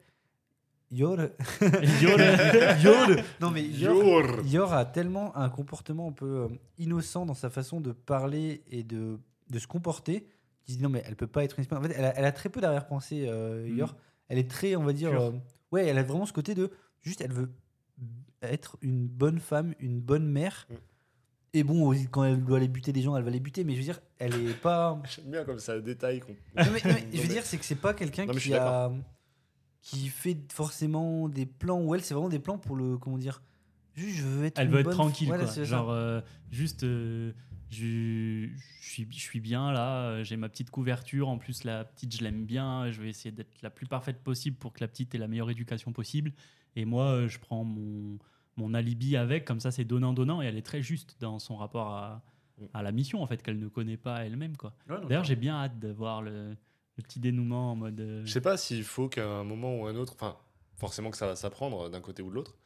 Yor.
Yore.
Yor Non, mais Yor.
Yor
Yor a tellement un comportement un peu euh, innocent dans sa façon de parler et de, de se comporter qu'il se dit non mais elle peut pas être une espionne. En fait, elle a, elle a très peu d'arrière-pensée, euh,
Mhm.
Yor. Elle est très, on va dire,
Pure.
euh, ouais, elle a vraiment ce côté de juste elle veut être une bonne femme, une bonne mère.
Mhm.
Et bon, aussi, quand elle doit aller buter des gens, elle va les buter, mais je veux dire, elle est pas.
J'aime bien comme ça, détail. qu'on-
Non, mais- non, mais je
Non, mais-
veux dire, c'est que c'est pas quelqu'un
Non, mais je
qui
suis
a qui fait forcément des plans ou elle c'est vraiment des plans pour le comment dire juste je veux être
Elle
une
veut être
bonne-
tranquille,
voilà,
quoi.
c'est ça.
Genre, euh, juste, euh, je, je suis, je suis bien là, euh, j'ai ma petite couverture, en plus la petite, je l'aime bien, je vais essayer d'être la plus parfaite possible pour que la petite ait la meilleure éducation possible. Et moi, euh, je prends mon, mon alibi avec, comme ça c'est donnant-donnant, et elle est très juste dans son rapport à, à la mission, en fait, qu'elle ne connaît pas elle-même. quoi. D'ailleurs, j'ai bien hâte de voir le, le petit dénouement en mode... euh,
Je sais pas s'il faut qu'à un moment ou un autre, enfin, forcément que ça va s'apprendre d'un côté ou de l'autre,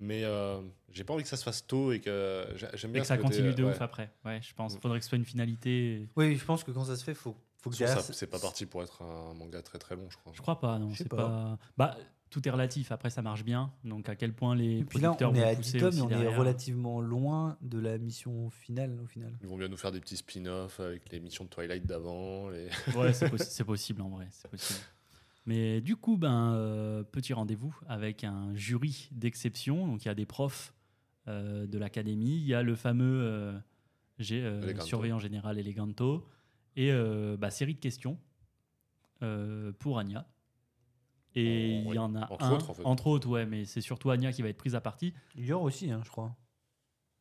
mais euh, j'ai pas envie que ça se fasse tôt et que j'a- j'aime
et
bien
que
ce
ça
côté,
continue de
euh,
ouf
ouais.
après. Ouais, je pense.
Mm.
Faudrait que ce soit une finalité.
Oui, je pense que quand ça se fait, faut, faut que
Sauf
derrière,
ça, C'est pas parti pour être un manga très très long, je crois.
Je crois pas, non.
Je sais
C'est
pas.
pas. Bah, tout est relatif. Après, ça marche bien. Donc, à quel point les
Et puis là,
producteurs
on est
vont
à 10
pousser
tomes
aussi
et on est
derrière.
relativement loin de la mission finale au final.
Ils vont bien nous faire des petits spin-offs avec les missions de Twilight d'avant. Les...
Ouais, c'est possi- c'est possible en vrai, c'est possible. Mais du coup, ben, euh, petit rendez-vous avec un jury d'exception. Donc, il y a des profs euh, de l'académie, il y a le fameux euh, j'ai, euh,
Eleganto.
surveillant général Eleganto, et euh, bah, série de questions euh, pour Anya. Et
Oh,
il
oui.
y en a
Entre
un,
autres, en fait.
entre autres, ouais, mais c'est surtout Anya qui va être prise à partie.
Il y aura aussi, hein, je crois.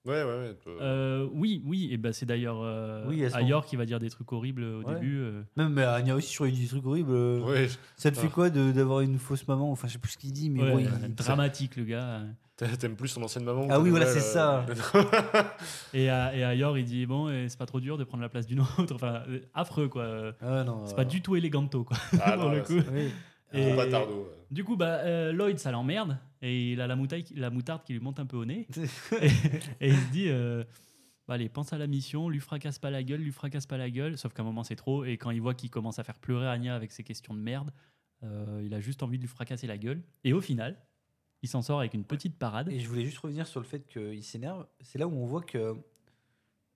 Ouais, ouais, ouais. euh,
Euh, oui, oui, et ben c'est d'ailleurs euh,
Oui, elles sont-
Ayor qui va dire des trucs horribles au
Ouais.
début. euh,
Même mais Anya aussi sur des trucs horribles. euh,
ouais, je-
Ça te
Ah.
fait quoi de- d'avoir une fausse maman Enfin, je sais plus ce qu'il dit, mais
ouais,
bon, il-
euh, dramatique le gars.
t'a- T'aimes plus son ancienne maman ou
Ah
ta
oui, voilà,
nouvelle,
c'est
euh,
Et, à- et ailleurs, il dit bon, euh, c'est pas trop dur de prendre la place d'une autre. Enfin, euh, affreux quoi. Euh,
Ah non,
C'est
euh,
pas du tout éléganto quoi.
Ah
pour
non,
le
là,
coup.
c'est
oui.
Et-
Trop bâtardo. ouais.
Du coup, bah, euh, Lloyd, ça l'emmerde et il a la moutarde, la moutarde qui lui monte un peu au nez. et, et il se dit euh, bah, allez, pense à la mission, lui fracasse pas la gueule, lui fracasse pas la gueule. Sauf qu'à un moment, c'est trop. Et quand il voit qu'il commence à faire pleurer Anya avec ses questions de merde, euh, il a juste envie de lui fracasser la gueule. Et au final, il s'en sort avec une petite parade.
Et je voulais juste revenir sur le fait qu'il s'énerve. C'est là où on voit que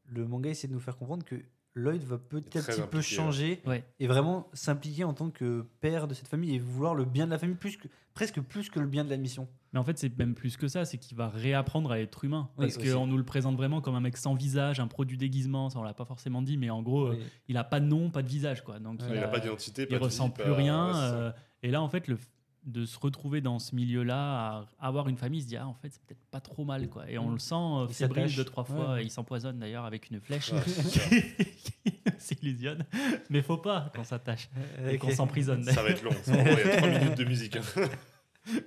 le manga essaie de nous faire comprendre que Lloyd va petit à
Très
petit peu
impliqué,
changer
ouais. Ouais.
et vraiment s'impliquer en tant que père de cette famille et vouloir le bien de la famille plus que, presque plus que le bien de la mission.
Mais en fait, c'est même plus que ça, c'est qu'il va réapprendre à être humain.
Oui,
Parce
aussi.
qu'on nous le présente vraiment comme un mec sans visage, un produit déguisement, ça on l'a pas forcément dit, mais en gros, euh, il a pas de nom, pas de visage. quoi. Donc,
Ouais,
Il a pas d'identité, pas
il
de vie,
ressent
pas-
plus rien.
bah, ouais, c'est ça.
euh, et là, en fait, le, f- de se retrouver dans ce milieu-là, à avoir une famille, il se dit, ah, en fait, c'est peut-être pas trop mal. quoi. Et on
Mm.
le sent euh,
Il
fébrile
s'attache.
deux, trois fois.
Ouais.
et il s'empoisonne d'ailleurs avec une flèche
Ouais, c'est ça.
qui s'illusionne. Mais faut pas qu'on s'attache
Euh,
et qu'on s'emprisonne.
Ça va être long. ça. Il y a 3 minutes de musique. hein.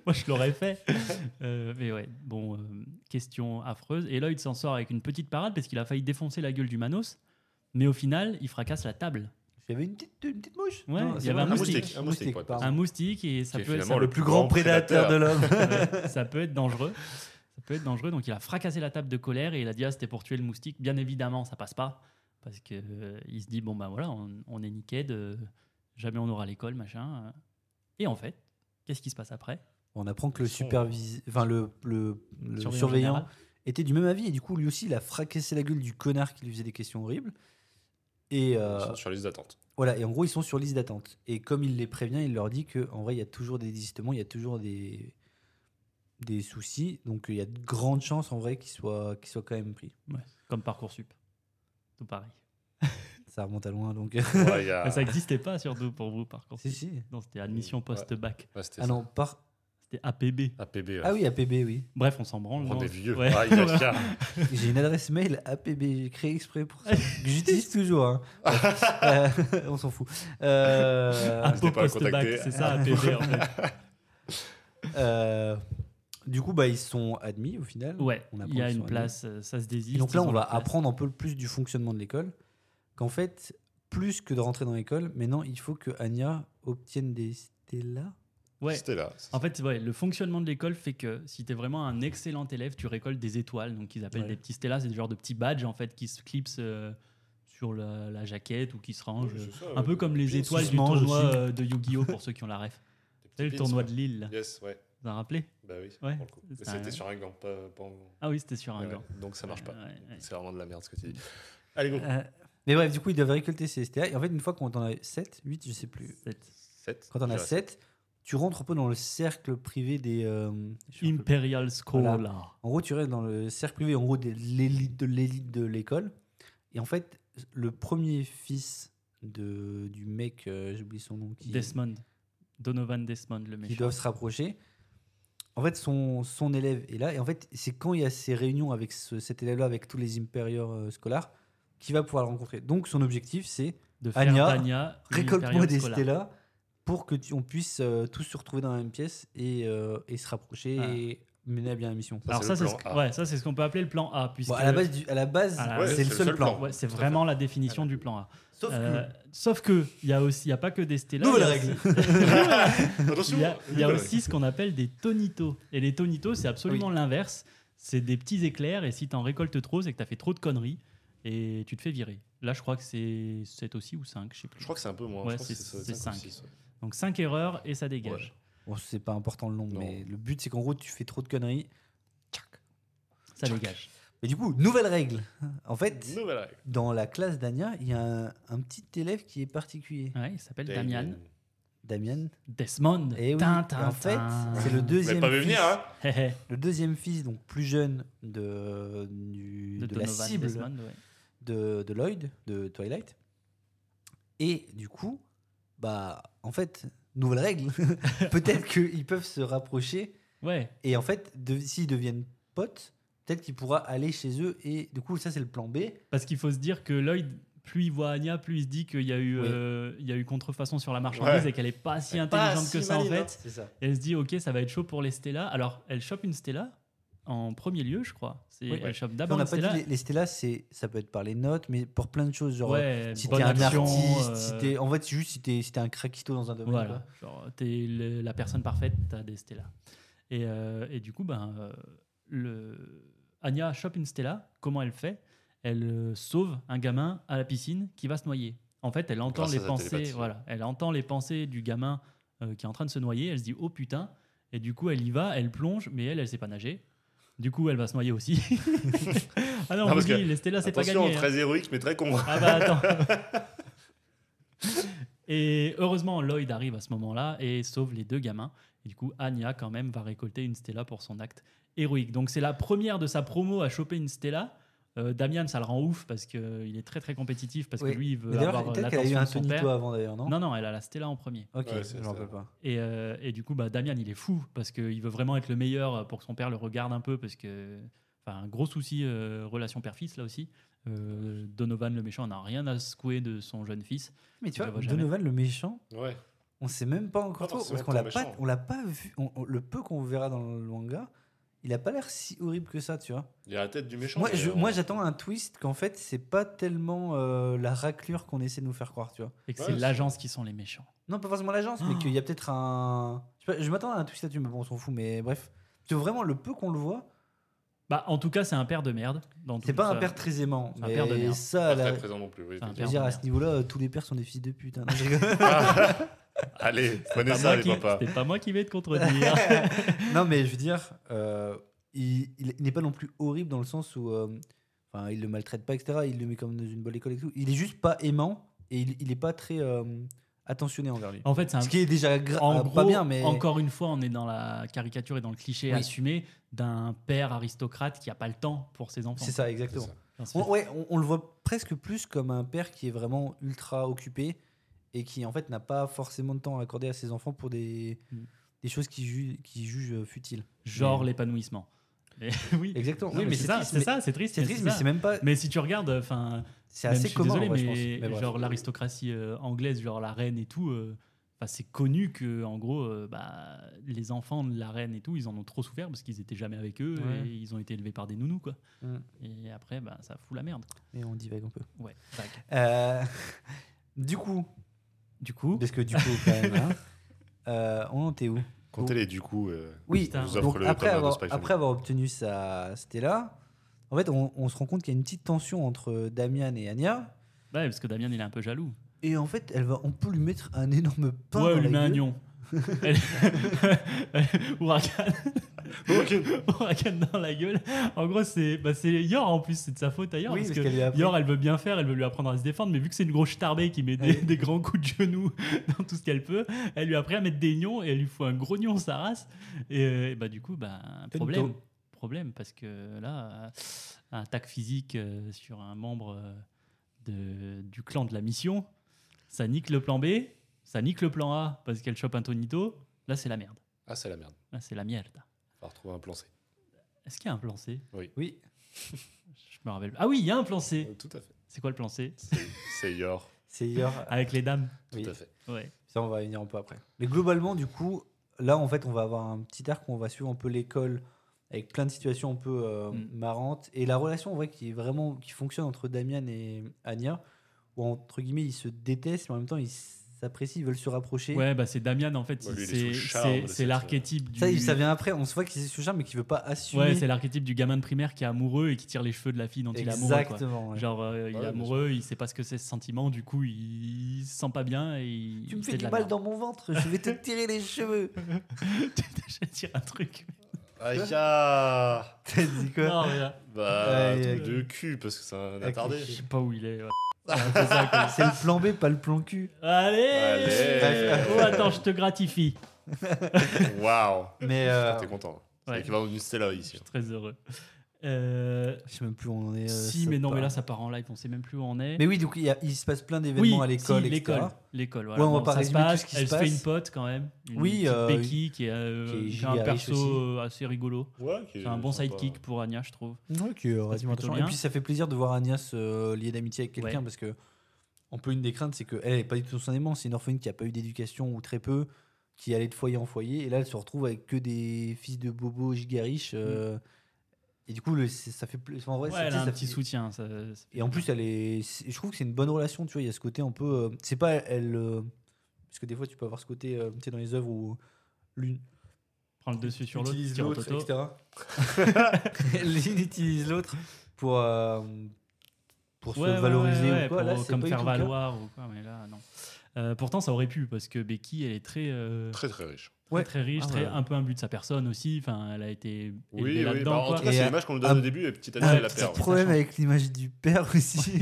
Moi, je l'aurais fait. Euh, mais ouais, bon, euh, question affreuse. Et Lloyd s'en sort avec une petite parade parce qu'il a failli défoncer la gueule du Manos. Mais au final, il fracasse la table.
Il y avait une petite, une petite mouche.
Ouais, il y
c'est
avait un
vrai,
moustique.
Un moustique, ouais,
pardon.
Un moustique et ça
Qui est
peut, être, ça,
finalement
le plus grand prédateur de l'homme.
peut- ça peut être dangereux. Ça peut être dangereux. Donc, il a fracassé la table de colère et il a dit Ah, c'était pour tuer le moustique. Bien évidemment, ça passe pas. Parce que euh, il se dit Bon, ben voilà, on, on est niqué. De, jamais on aura l'école, machin. Et en fait, qu'est-ce qui se passe après
On apprend que le
Ils sont-
supervise, enfin le, le, le surveillant,
général.
était du même avis et du coup lui aussi il a fracassé la gueule du connard qui lui faisait des questions horribles. Et euh,
Ils sont sur la liste d'attente.
voilà, et en gros ils sont sur liste d'attente. Et comme il les prévient, il leur dit que en vrai il y a toujours des désistements, il y a toujours des des soucis, donc il y a de grandes chances en vrai qu'ils soient qu'ils soient quand même pris.
Comme Parcoursup. Tout pareil.
Ça remonte à loin donc.
Ouais, il y a-
Mais Ça n'existait pas surtout pour vous, par contre.
si si.
Non, c'était admission post-bac.
Ouais, c'était
Ah
ça.
non, par
C'était APB.
APB. ouais.
Ah oui, APB oui.
Bref, on s'en branle.
On
non
est vieux.
Ouais.
Ah, il y a ça.
J'ai une adresse mail APB créée exprès pour ça. que J'utilise toujours. hein. Euh, on s'en fout. Euh,
Apo
N'hésitez pas à
post-bac,
contacter.
c'est ça, APB en fait.
Ah.
euh, du coup, bah, ils sont admis au final.
Ouais,
On apprend
il y a
qu'ils
une
sont
place, euh, ça se
Et
désiste.
donc là,
ils ont
on va
leur place.
apprendre un peu le plus du fonctionnement de l'école. Qu'en fait, plus que de rentrer dans l'école, maintenant, il faut que Anya obtienne des Stella.
Ouais.
C'était là.
En fait, ouais, le fonctionnement de l'école fait que si tu es vraiment un excellent élève, tu récoltes des étoiles. Donc, ils appellent
Ouais.
des petits Stella, c'est des genres de petits badges en fait qui se clipsent euh, sur la, la jaquette ou qui se rangent. euh, un peu comme les étoiles
se
du
mangent
tournoi
aussi.
euh, de Yu-Gi-Oh! pour ceux qui ont la ref. C'est le tournoi de Lille,
Yes, ouais.
vous en rappelez
Bah oui.
Ouais,
pour le coup. Mais
c'est un-
C'était sur un gant, pas, pas en-
Ah oui, c'était sur un
Ouais,
gant.
ouais. Donc ça marche pas.
Ouais, ouais.
C'est vraiment de la merde ce que tu dis. Allez, go.
Euh, mais bref, du coup, ils doivent récolter ces Stella. Et en fait, une fois qu'on en a 7, 8, je sais plus.
Cette
7.
Quand on a 7, tu rentres un peu dans le cercle privé des. euh, je sais plus.
Imperial Scholar.
En gros, tu restes dans le cercle privé, en gros, de l'élite de l'élite de l'école. Et en fait, le premier fils de, du mec, euh, j'oublie son nom, qui,
Desmond. Donovan Desmond, le
qui
méchant.
doivent se rapprocher, en fait, son, son élève est là. Et en fait, c'est quand il y a ces réunions avec ce- cet élève-là, avec tous les impérieurs euh, scolaires, qu'il va pouvoir le rencontrer. Donc, son objectif, c'est
De faire
Anya,
Tanya, une
récolte-moi
Imperial
des
Scholar.
Stella pour que tu- on puisse euh, tous se retrouver dans la même pièce et, euh, et se rapprocher
Ah.
et mener à bien la mission.
Ça,
Alors
c'est
ça,
le
c'est ce
plan
que-
A.
ouais, ça, c'est ce qu'on peut appeler le plan A, puisque Ah,
Bon, à la base, du- à la base,
à la- Ouais,
c'est le seul plan.
ouais, c'est
Tout à
vraiment la définition du plan A.
Sauf
Euh, Sauf que il y a aussi, il y a pas que des Stella.
Nouvelle
il y a
règle.
aussi-
Attention,
Il y a, il y a
nouvelle
aussi ce qu'on appelle des tonitos. Et les tonitos, c'est absolument l'inverse. C'est des petits éclairs, et si t'en récoltes trop, c'est que t'as fait trop de conneries, et tu te fais virer. Là, je crois que c'est 7 aussi ou 5, je sais plus.
Je crois que c'est un peu moins.
Ouais,
je crois que
c'est-
ça,
c'est
cinq ou
cinq.
six, ouais.
Donc 5 erreurs, et ça dégage.
Ouais.
que- Bon, c'est pas important le nombre,
Non.
mais le but, c'est qu'en gros, tu fais trop de conneries. Tchac.
Ça
Tchac.
dégage.
Mais du coup, nouvelle règle. En fait,
Nouvelle règle.
dans la classe d'Ania, il y a un, un petit élève qui est particulier.
Ouais, il s'appelle Damian.
Damien.
Desmond.
Et Eh oui,
Tin, tin,
en fait,
tin.
c'est le
Vous n'avez
deuxième.
pas vu
fils-
venir, hein
Hé, hé.
Le deuxième fils, donc plus jeune de, du-
de,
de la
Donovan
cible
Desmond, ouais.
de, de Lloyd, de Twilight. Et du coup, bah, en fait, nouvelle règle. peut-être qu'ils peuvent se rapprocher
Ouais,
et en fait, de- s'ils deviennent potes, peut-être qu'il pourra aller chez eux et du coup, ça c'est le plan B.
parce qu'il faut se dire que Lloyd, plus il voit Anya, plus il se dit qu'il y, a eu,
Oui.
euh, il y a eu contrefaçon sur la marchandise
Ouais.
et qu'elle est pas si
Pas
intelligente que
si
ça en
maline, hein.
fait.
C'est ça.
Et elle se dit, ok, ça va être chaud pour les Stella. Alors, elle chope une Stella en premier lieu, je crois. C'est,
Oui.
Elle chope
on
d'abord
n'a
une
pas
Ah Stella.
dit les, les Stellas, c'est ça peut être par les notes, mais pour plein de choses, genre euh,
ouais,
si
bonne
t'es un
action,
artiste, si
euh,
t'es en fait c'est juste si t'es si t'es un craquito dans un domaine.
Voilà,
quoi.
genre, t'es le- la personne parfaite, t'as des Stella. Et, euh, et du coup, ben, euh, le... Anya chope une Stella. Comment elle fait Elle euh, sauve un gamin à la piscine qui va se noyer. En fait, elle entend
Grâce à
les
la
pensées.
télépathie.
Voilà, elle entend les pensées du gamin euh, qui est en train de se noyer. Elle se dit oh putain. Et du coup, elle y va, elle plonge, mais elle, elle sait pas nager. Du coup, elle va se noyer aussi. ah non,
Non,
on vous
parce que-
dit, les Stella, c'est pas
Attention,
gagné. hein.
très héroïque, mais très con.
Ah bah attends. et heureusement, Lloyd arrive à ce moment-là et sauve les deux gamins. Et du coup, Anya, quand même, va récolter une Stella pour son acte héroïque. Donc, c'est la première de sa promo à choper une Stella. Euh, Damian, ça le rend ouf parce qu'il est très très compétitif parce
Oui.
que lui, il veut
Mais d'ailleurs,
avoir euh,
peut-être qu'elle a eu
l'attention
un
de son père.
tonito avant d'ailleurs, non
Non, non, elle a la Stella en premier.
Ok,
Ouais, c'est
je m'en
ça.
rappelle pas.
Et, euh, et du coup, bah, Damian, il est fou parce qu'il veut vraiment être le meilleur pour que son père le regarde un peu parce que. Enfin, un gros souci euh, relation père-fils là aussi. Euh, Donovan le méchant n'a rien à secouer de son jeune fils.
Mais tu
Je
vois,
vois jamais.
Donovan le méchant,
Ouais.
on sait même pas
Pas
encore trop parce
forcément
qu'on l'a
tant
pas,
méchant.
on l'a pas vu. on- on- le peu qu'on verra dans le manga, il a pas l'air si horrible que ça, tu vois.
Il y a la tête du méchant.
Moi,
mais,
je-
euh,
moi, j'attends un twist qu'en fait, c'est pas tellement euh, la raclure qu'on essaie de nous faire croire, tu vois.
Et que
Ouais,
c'est
c'est-
l'agence qui sont les méchants.
Non, pas forcément l'agence, mais
Oh.
qu'il y a peut-être un. Je, sais pas, je m'attends à un twist là-dessus, mais bon, on s'en fout. Mais bref, Parce que vraiment, le peu qu'on le voit,
Bah, en tout cas, c'est un père de merde. dans
c'est
tout
pas
ça.
un père très aimant.
c'est un
Mais
père de merde.
ça,
Pas
là,
très présent non plus. oui,
Enfin,
je veux
père
dire,
de
à
merde.
ce niveau-là, euh, tous les pères sont des fils de pute. hein. Non, je rigole.
Ah. Allez, prenez
Pas
ça,
moi
les
qui-
papas.
C'est pas moi qui vais te contredire.
non, mais je veux dire, euh, il, il- il n'est pas non plus horrible dans le sens où euh, enfin, il le maltraite pas, etc. Il le met comme dans une bonne école et tout. Il est juste pas aimant et il, il est pas très euh, attentionné envers lui.
en fait, c'est un
Ce qui est déjà gra-
en
euh,
gros,
pas bien, mais
encore une fois, on est dans la caricature et dans le cliché
Oui.
assumé d'un père aristocrate qui a pas le temps pour ses enfants.
c'est ça, exactement.
C'est ça.
Enfin, c'est-
On, ouais, on, on le voit presque plus comme un père qui est vraiment ultra occupé et qui en fait n'a pas forcément de temps à accorder à ses enfants pour des,
Mm.
des choses qu'il ju- qu'il juge euh, futiles.
Genre
Mais-
l'épanouissement. Mais oui.
Exactement.
Non,
Oui,
mais c'est ça,
triste,
c'est
mais-
ça, c'est triste.
C'est triste, mais
ça.
c'est même pas.
Mais si tu regardes, enfin,
C'est
même,
assez
je suis
commun,
désolé,
en vrai, je pense.
mais,
Mais bref.
genre l'aristocratie euh, anglaise, genre la reine et tout, euh, enfin, c'est connu que en gros, euh, bah, les enfants de la reine et tout, ils en ont trop souffert parce qu'ils étaient jamais avec eux
Ouais.
et ils ont été élevés par des nounous quoi.
Mm.
Et après, bah, ça fout la merde. quoi.
Mais on divague un peu.
Ouais. vague.
Euh, du coup,
Du coup,
parce que du coup, quand même, hein, euh, on en était où
Comptez-les, du coup. euh,
Oui,
Putain.
vous offre
donc
le
après
tome un de
avoir,
Spy Family.
après avoir obtenu sa Stella, en fait, on, on se rend compte qu'il y a une petite tension entre Damian et Anya.
ouais, parce que Damien il est un peu jaloux.
Et en fait, elle va, on peut lui mettre un énorme pain.
ouais,
dans
on lui
la
met un
gueule.
lion. Elle- Ouragan. Ouragan dans la gueule. En gros, c'est bah, c'est Yor en plus, c'est de sa faute à Yor.
Oui,
parce
parce
que
qu'elle lui a appris.
Yor, elle veut bien faire, elle veut lui apprendre à se défendre, mais vu que c'est une grosse tarbée qui met des,
Ouais.
des grands coups de genoux dans tout ce qu'elle peut, elle lui apprend à mettre des nions et elle lui fout un gros nion sa race. Et, euh, et bah du coup, bah un problème,
Tonto.
problème parce que là, euh, un attaque physique euh, sur un membre euh, de- du clan de la mission, ça nique le plan B, ça nique le plan A parce qu'elle chope un tonito. Là, c'est la merde.
Ah, c'est la merde.
Là, c'est la merde.
On va retrouver un plan C.
Est-ce qu'il y a un plan C
Oui,
Je me rappelle. Ah oui, il y a un plan C.
Euh, Tout à fait.
C'est quoi le plan C
C'est Yor.
c'est hier.
Avec les dames.
Tout
Oui.
à fait.
Ouais.
Ça, on va y venir un peu après. Mais globalement, du coup, là, en fait, on va avoir un petit arc où on va suivre un peu l'école avec plein de situations un peu euh,
Mm.
marrantes. Et la relation, en vrai, qui, est vraiment, qui fonctionne entre Damian et Anya, où entre guillemets, ils se détestent, mais en même temps, ils s'apprécient, ils veulent se rapprocher.
Ouais, bah c'est Damian en fait,
Ouais, lui, il est sous
c'est-
le charme de
c'est c'est
cette-
l'archétype du.
Ça, il- ça vient après, on se voit qu'il est sous charme, mais qu'il veut pas assumer.
Ouais, c'est l'archétype du gamin de primaire qui est amoureux et qui tire les cheveux de la fille dont il est amoureux. quoi.
Exactement. ouais.
Genre, euh, il
Ouais,
est
bien
amoureux, il sait pas ce que c'est ce sentiment, du coup, il, il se sent pas bien et il.
Tu me
il
fais
fait de
du
la
mal
merde.
dans mon ventre, je vais te tirer les cheveux.
Je tire un truc.
Aïe, ah
T'as dit quoi
Non, mais là,
Bah,
Aïe,
truc
aïe.
de cul, parce que c'est un
Aïe,
attardé.
je
aïe.
sais pas où il est. ouais.
C'est le plan B, pas le plan cul.
Allez,
Allez.
Oh, attends, je te gratifie.
Waouh
Mais euh,
T'es content. hein. C'est
Ouais.
l'équivalent d'une Stella
Je
ici. hein.
suis très heureux. Euh,
je sais même plus où on en est. euh,
si,
ça
mais non,
part.
mais là, ça part en live, on sait même plus où on est.
Mais oui, donc il, y a- il se passe plein
oui,
d'événements à l'école,
si,
etc.
l'école, l'école. Voilà.
Ouais, on va
Bon,
pas
ça se
résumer tout
passe,
ce qui se
elle se fait
passe.
une pote quand même. Une
Oui,
petite
euh,
Becky qui est, euh,
qui est
qui a un
giga riche
perso
aussi.
euh, assez rigolo.
Ouais, qui est
C'est un bon
sympa.
sidekick pour Anya, je trouve.
Ok,
passe plutôt
attention.
bien.
Et puis ça fait plaisir de voir Agnès euh, liée d'amitié avec quelqu'un
Ouais.
parce que on peut une des craintes, c'est qu'elle n'est pas du tout son aimant. C'est une orpheline qui n'a pas eu d'éducation ou très peu, qui allait de foyer en foyer. Et là, elle se retrouve avec que des fils de bobos giga riches. euh, Et du coup, le- c'est- ça fait plus. En vrai,
Ouais,
c'est-
elle a
ça
un
fait-
petit soutien. ça- ça-
Et en plus, elle est. c'est- Je trouve que c'est une bonne relation. Tu vois, il y a ce côté un peu. euh, C'est pas elle. euh, Parce que des fois, tu peux avoir ce côté. euh, tu sais, dans les œuvres où l'une
prend le dessus sur l'autre,
utilise
tire au toto.
etc. l'une utilise l'autre pour. euh, pour
Ouais, ouais,
se valoriser
ouais, ouais,
ou quoi.
pour-
Là, c'est
comme
pas hein. du
faire
tout le cas.
valoir ou quoi, mais là, non. Euh, pourtant, ça aurait pu, parce que Becky, elle est très, euh, très,
Très très riche.
ouais.
très riche,
Ah,
très,
ouais.
un peu imbue de sa personne aussi. Enfin, elle a été élevée
Oui, oui. bah,
là-dedans.
en
quoi.
tout cas,
Et
c'est
à-
l'image qu'on nous
à-
donne au début, et petit à
Ah,
petit, elle la
petit
perd.
problème avec l'image du père aussi.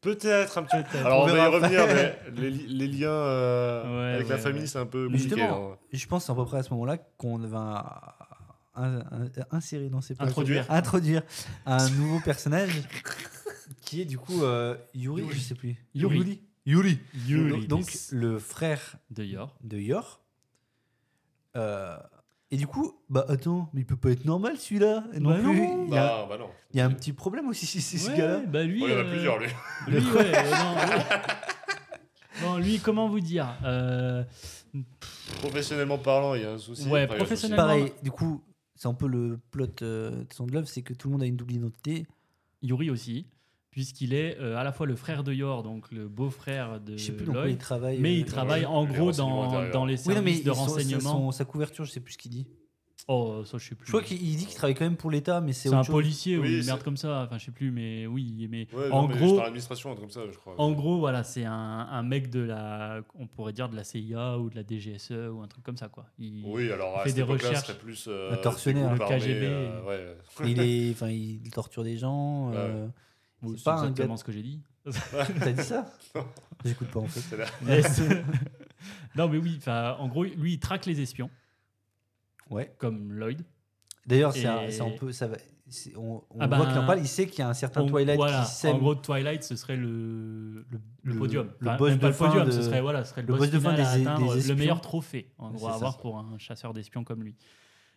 Peut-être un petit peu.
Peut-être.
Alors on,
On
va y
verra
revenir,
après.
mais les, li- les liens euh,
Ouais,
avec
ouais,
la famille,
ouais.
c'est un peu
Mais
compliqué.
justement,
hein.
Je pense à peu près à ce moment-là qu'on va in- in- insérer dans ces
Introduire.
introduire un nouveau personnage qui est du coup euh, Yuri,
Yuri.
je sais plus.
Yuri.
Yuri.
Yuri,
Donc
des-
le frère
de Yor.
de Yor. Euh, et du coup, bah attends, mais il peut pas être normal celui-là. Non
Bah
plus.
non.
Il, y a,
Bah, bah non.
il y a un petit problème aussi si c'est
Ouais,
ce gars-là.
bah lui,
Bon, il y en a
euh,
plusieurs, lui.
Lui, ouais, euh, non, lui- non, lui, comment vous dire Euh,
Professionnellement parlant, il y a un souci.
Ouais,
Enfin, il y a un souci.
professionnellement-
Pareil, du coup, c'est un peu le plot euh, de son love, c'est que tout le monde a une double identité.
Yuri aussi, puisqu'il est euh, à la fois le frère de Yor, donc le beau-frère de
Je sais plus dans quoi il
Lloyd,
travaille.
mais
euh,
il travaille
ouais,
en
les
gros
renseignements
dans,
intérieurs.
dans les
Oui,
services
non, mais
de
son-
renseignement.
son- sa couverture, je sais plus ce qu'il dit.
Oh, ça, je sais plus.
Je crois qu'il il dit qu'il travaille quand même pour l'État, mais c'est
C'est un
autre chose.
policier
Oui,
ou une
c'est-
merde comme ça, enfin je sais plus, mais oui, mais
Ouais,
en
non, mais
gros,
Par l'administration, un truc comme ça, je crois.
en gros, voilà, c'est un, un mec de la, on pourrait dire de la CIA ou de la DGSE E ou un truc comme ça quoi. Il-
Oui, alors
Il
à
fait
cette
des
époque-là,
recherches.
c'était plus. euh,
Un tortionnaire.
des groupes
Le KGB.
armés, euh, ouais.
Et Il, est, enfin, il torture des gens.
Ouais.
euh,
Bon,
c'est
c'est
pas un
exactement
gars-
ce que j'ai dit.
T'as dit ça J'écoute pas en fait.
C'est la-
Yes. non mais oui, enfin en gros, lui il traque les espions
Ouais.
comme Lloyd.
D'ailleurs, c'est un,
Et-
c'est un peu. Ça va, c'est- on on
Ah
voit
ben,
qu'il en parle, il sait qu'il y a un certain
En-
Twilight
voilà,
qui sème.
En gros, Twilight, ce serait le, le, le
Le-
podium.
le
Enfin,
boss
même pas
de
le
fin
podium,
de-
ce serait voilà, ce serait le,
le
boss,
boss de fin
final à
des-
atteindre,
des
le
espions.
meilleur trophée en
Ouais,
gros,
c'est
à
ça.
avoir pour un chasseur d'espions comme lui.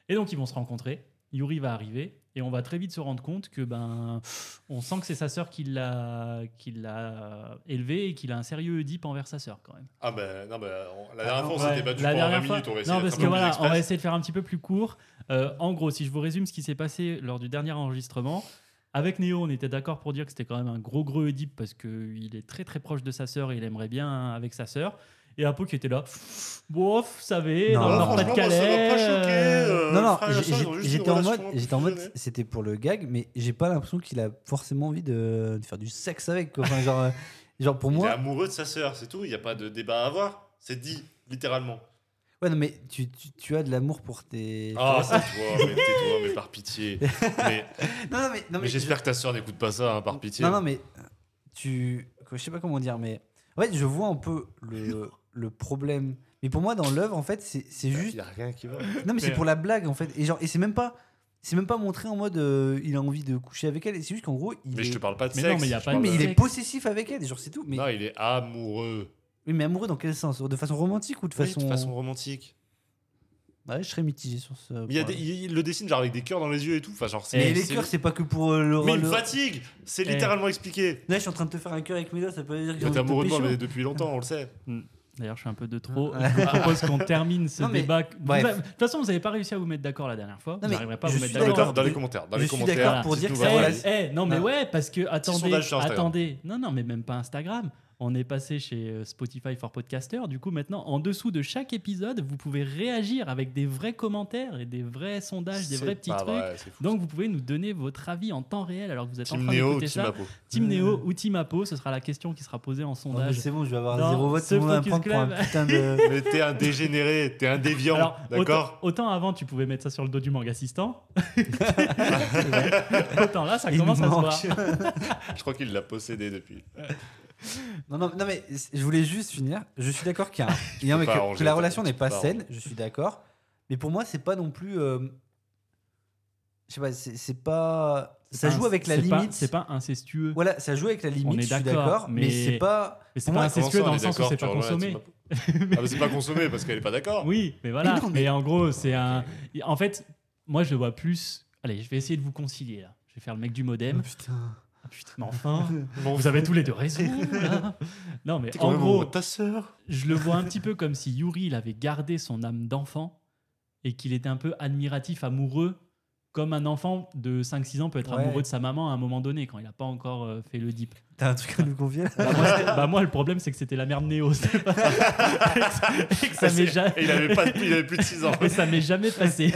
Et donc ils vont se rencontrer. Yuri va arriver et on va très vite se rendre compte que ben on sent que c'est sa sœur qui l'a qui l'a élevé et qu'il a un sérieux Oedipe envers sa sœur quand même.
Ah, bah non, bah, on- la
Ah,
dernière fois, on
Ouais,
s'était battu
la
pour 20
dernière fois-
minutes, on va essayer
Non,
d'être
parce
un
que
peu
voilà,
plus
on va
express.
essayer de faire un petit peu plus court. Euh, en gros, si je vous résume ce qui s'est passé lors du dernier enregistrement, avec Néo, on était d'accord pour dire que c'était quand même un gros gros Oedipe parce qu'il est très très proche de sa sœur et il aimerait bien hein, avec sa sœur. Et Apo qui était là, bof, vous savez,
Non,
dans le
franchement, moi, ça m'a
Nord-Pas-de-Calais.
pas choqué,
euh,
euh,
non, non,
frère et
j'ai-
sœur, ils ont
j'ai-
juste une
j'étais en mode,
relation
j'étais en mode,
fusionnée.
c'était pour le gag, mais j'ai pas l'impression qu'il a forcément envie de, de faire du sexe avec. quoi. Enfin, genre, euh, genre pour
Il est
moi,
amoureux de sa sœur, c'est tout. Il n'y a pas de débat à avoir. C'est dit, littéralement.
ouais, non, mais tu, tu, tu as de l'amour pour tes.
Ah, c'est toi, mais tais-toi, mais par pitié. Mais,
non, non, mais, non,
mais j'espère que ta sœur n'écoute pas ça, hein, par pitié.
Non, non, mais tu. quoi, Je sais pas comment dire, mais. En fait, je vois un peu le, le problème. Mais pour moi, dans l'œuvre, en fait, c'est c'est juste.
n'y Bah, a hein. rien qui va.
Non, mais c'est
Mais-
pour la blague, en fait. Et, genre, et c'est même pas. C'est même pas montré en mode euh, il a envie de coucher avec elle. Et C'est juste qu'en gros, il,
Mais
est,
je te parle pas de
Mais
sexe.
non, mais il y a
je
pas
parle
de-
mais il
de-
est possessif avec elle, genre c'est tout. Mais,
Non, il est amoureux.
oui, mais amoureux dans quel sens De façon romantique ou de
Oui,
façon.
de façon romantique.
Ouais, je serais mitigé sur ce.
Mais il, y a
point-là.
des- il- il le dessine genre avec des cœurs dans les yeux et tout. Enfin, genre, c'est.
Mais les
Eh, c'est-
cœurs, c'est pas que pour euh, le.
Mais il
le-
me fatigue C'est
Eh.
littéralement expliqué.
Là, je suis en train de te faire un cœur avec Mila, ça peut dire que j'ai
T'es
envie de te
amoureux de moi,
pécho.
mais depuis longtemps, on le sait.
D'ailleurs, je suis un peu de trop. Je vous propose qu'on termine ce
Non, mais-
débat. Vous
bref.
avez- De toute façon, vous n'avez pas réussi à vous mettre d'accord la dernière fois.
mais
vous n'arriverez pas à
je
vous
suis
mettre
Dans les,
d'accord.
d'accord.
dans les commentaires. Dans
Je
les
suis
commentaires.
d'accord pour
dites-nous
dire que
Eh,
ça
votre
voilà.
avis.
eh, non, mais
Ah.
ouais, parce que attendez,
sondage sur Instagram.
attendez. Non, non, mais même pas Instagram. On est passé chez euh, Spotify for Podcasters. Du coup, maintenant, en dessous de chaque épisode, vous pouvez réagir avec des vrais commentaires et des vrais sondages, des
C'est
vrais petits
pas
trucs.
vrai, c'est fou.
Donc, vous pouvez nous donner votre avis en temps réel alors que vous êtes en
Team
train
Neo,
d'écouter
Team
ça.
Apo.
Team Neo ou Team Apo, ce sera la question qui sera posée en
Non, mais
sondage.
C'est bon, je vais avoir
Dans
zéro vote,
ce
tout le monde va me
Focus
prendre pour un
Club.
putain de.
Mais t'es un dégénéré, t'es un déviant,
Alors, autant,
d'accord
autant avant, tu pouvais mettre ça sur le dos du manga assistant. autant là, Ah, ça
Il nous
commence à se
manque.
voir.
Je crois qu'il l'a possédé depuis.
Non, non, non, mais c- je voulais juste finir. Je suis d'accord qu'il y a un- il y a un-
peux
que-
pas
que,
arranger
la
les
relation
trucs,
n'est
tu
pas
peux pas
saine, je suis d'accord. Mais pour moi, c'est pas non plus. euh, je sais pas, c'est c'est pas. Ça joue avec la
C'est pas-
limite.
C'est pas incestueux.
Voilà, ça joue avec la limite,
est
je suis
d'accord,
d'accord, mais,
mais-
c'est pas.
Mais c'est
Pour
pas
moi,
incestueux dans le sens où c'est pas
consommé.
consommé.
Ah, mais c'est pas consommé parce qu'elle est pas d'accord.
Oui, mais voilà.
Mais
Mais,
non,
en gros, c'est un. En fait, moi, je le vois plus. Allez, je vais essayer de vous concilier là. Je vais faire le mec du modem.
Oh, putain.
Ah, putain, mais enfin, bon, vous avez tous les deux raison. là. Non, mais
T'es quand
en
même
gros,
ta sœur.
je le vois un petit peu comme si Yuri il avait gardé son âme d'enfant et qu'il était un peu admiratif, amoureux, comme un enfant de 5-6 ans peut être
Ouais.
amoureux de sa maman à un moment donné quand il n'a pas encore euh, fait le deep.
T'as un truc à nous confier là
Bah moi, c'est- bah, moi, le problème c'est que c'était la merde Néo. c'est pas- et que ça m'est ja-
Ah, Et il avait, pas, il avait plus de 6 ans.
et ça m'est jamais passé.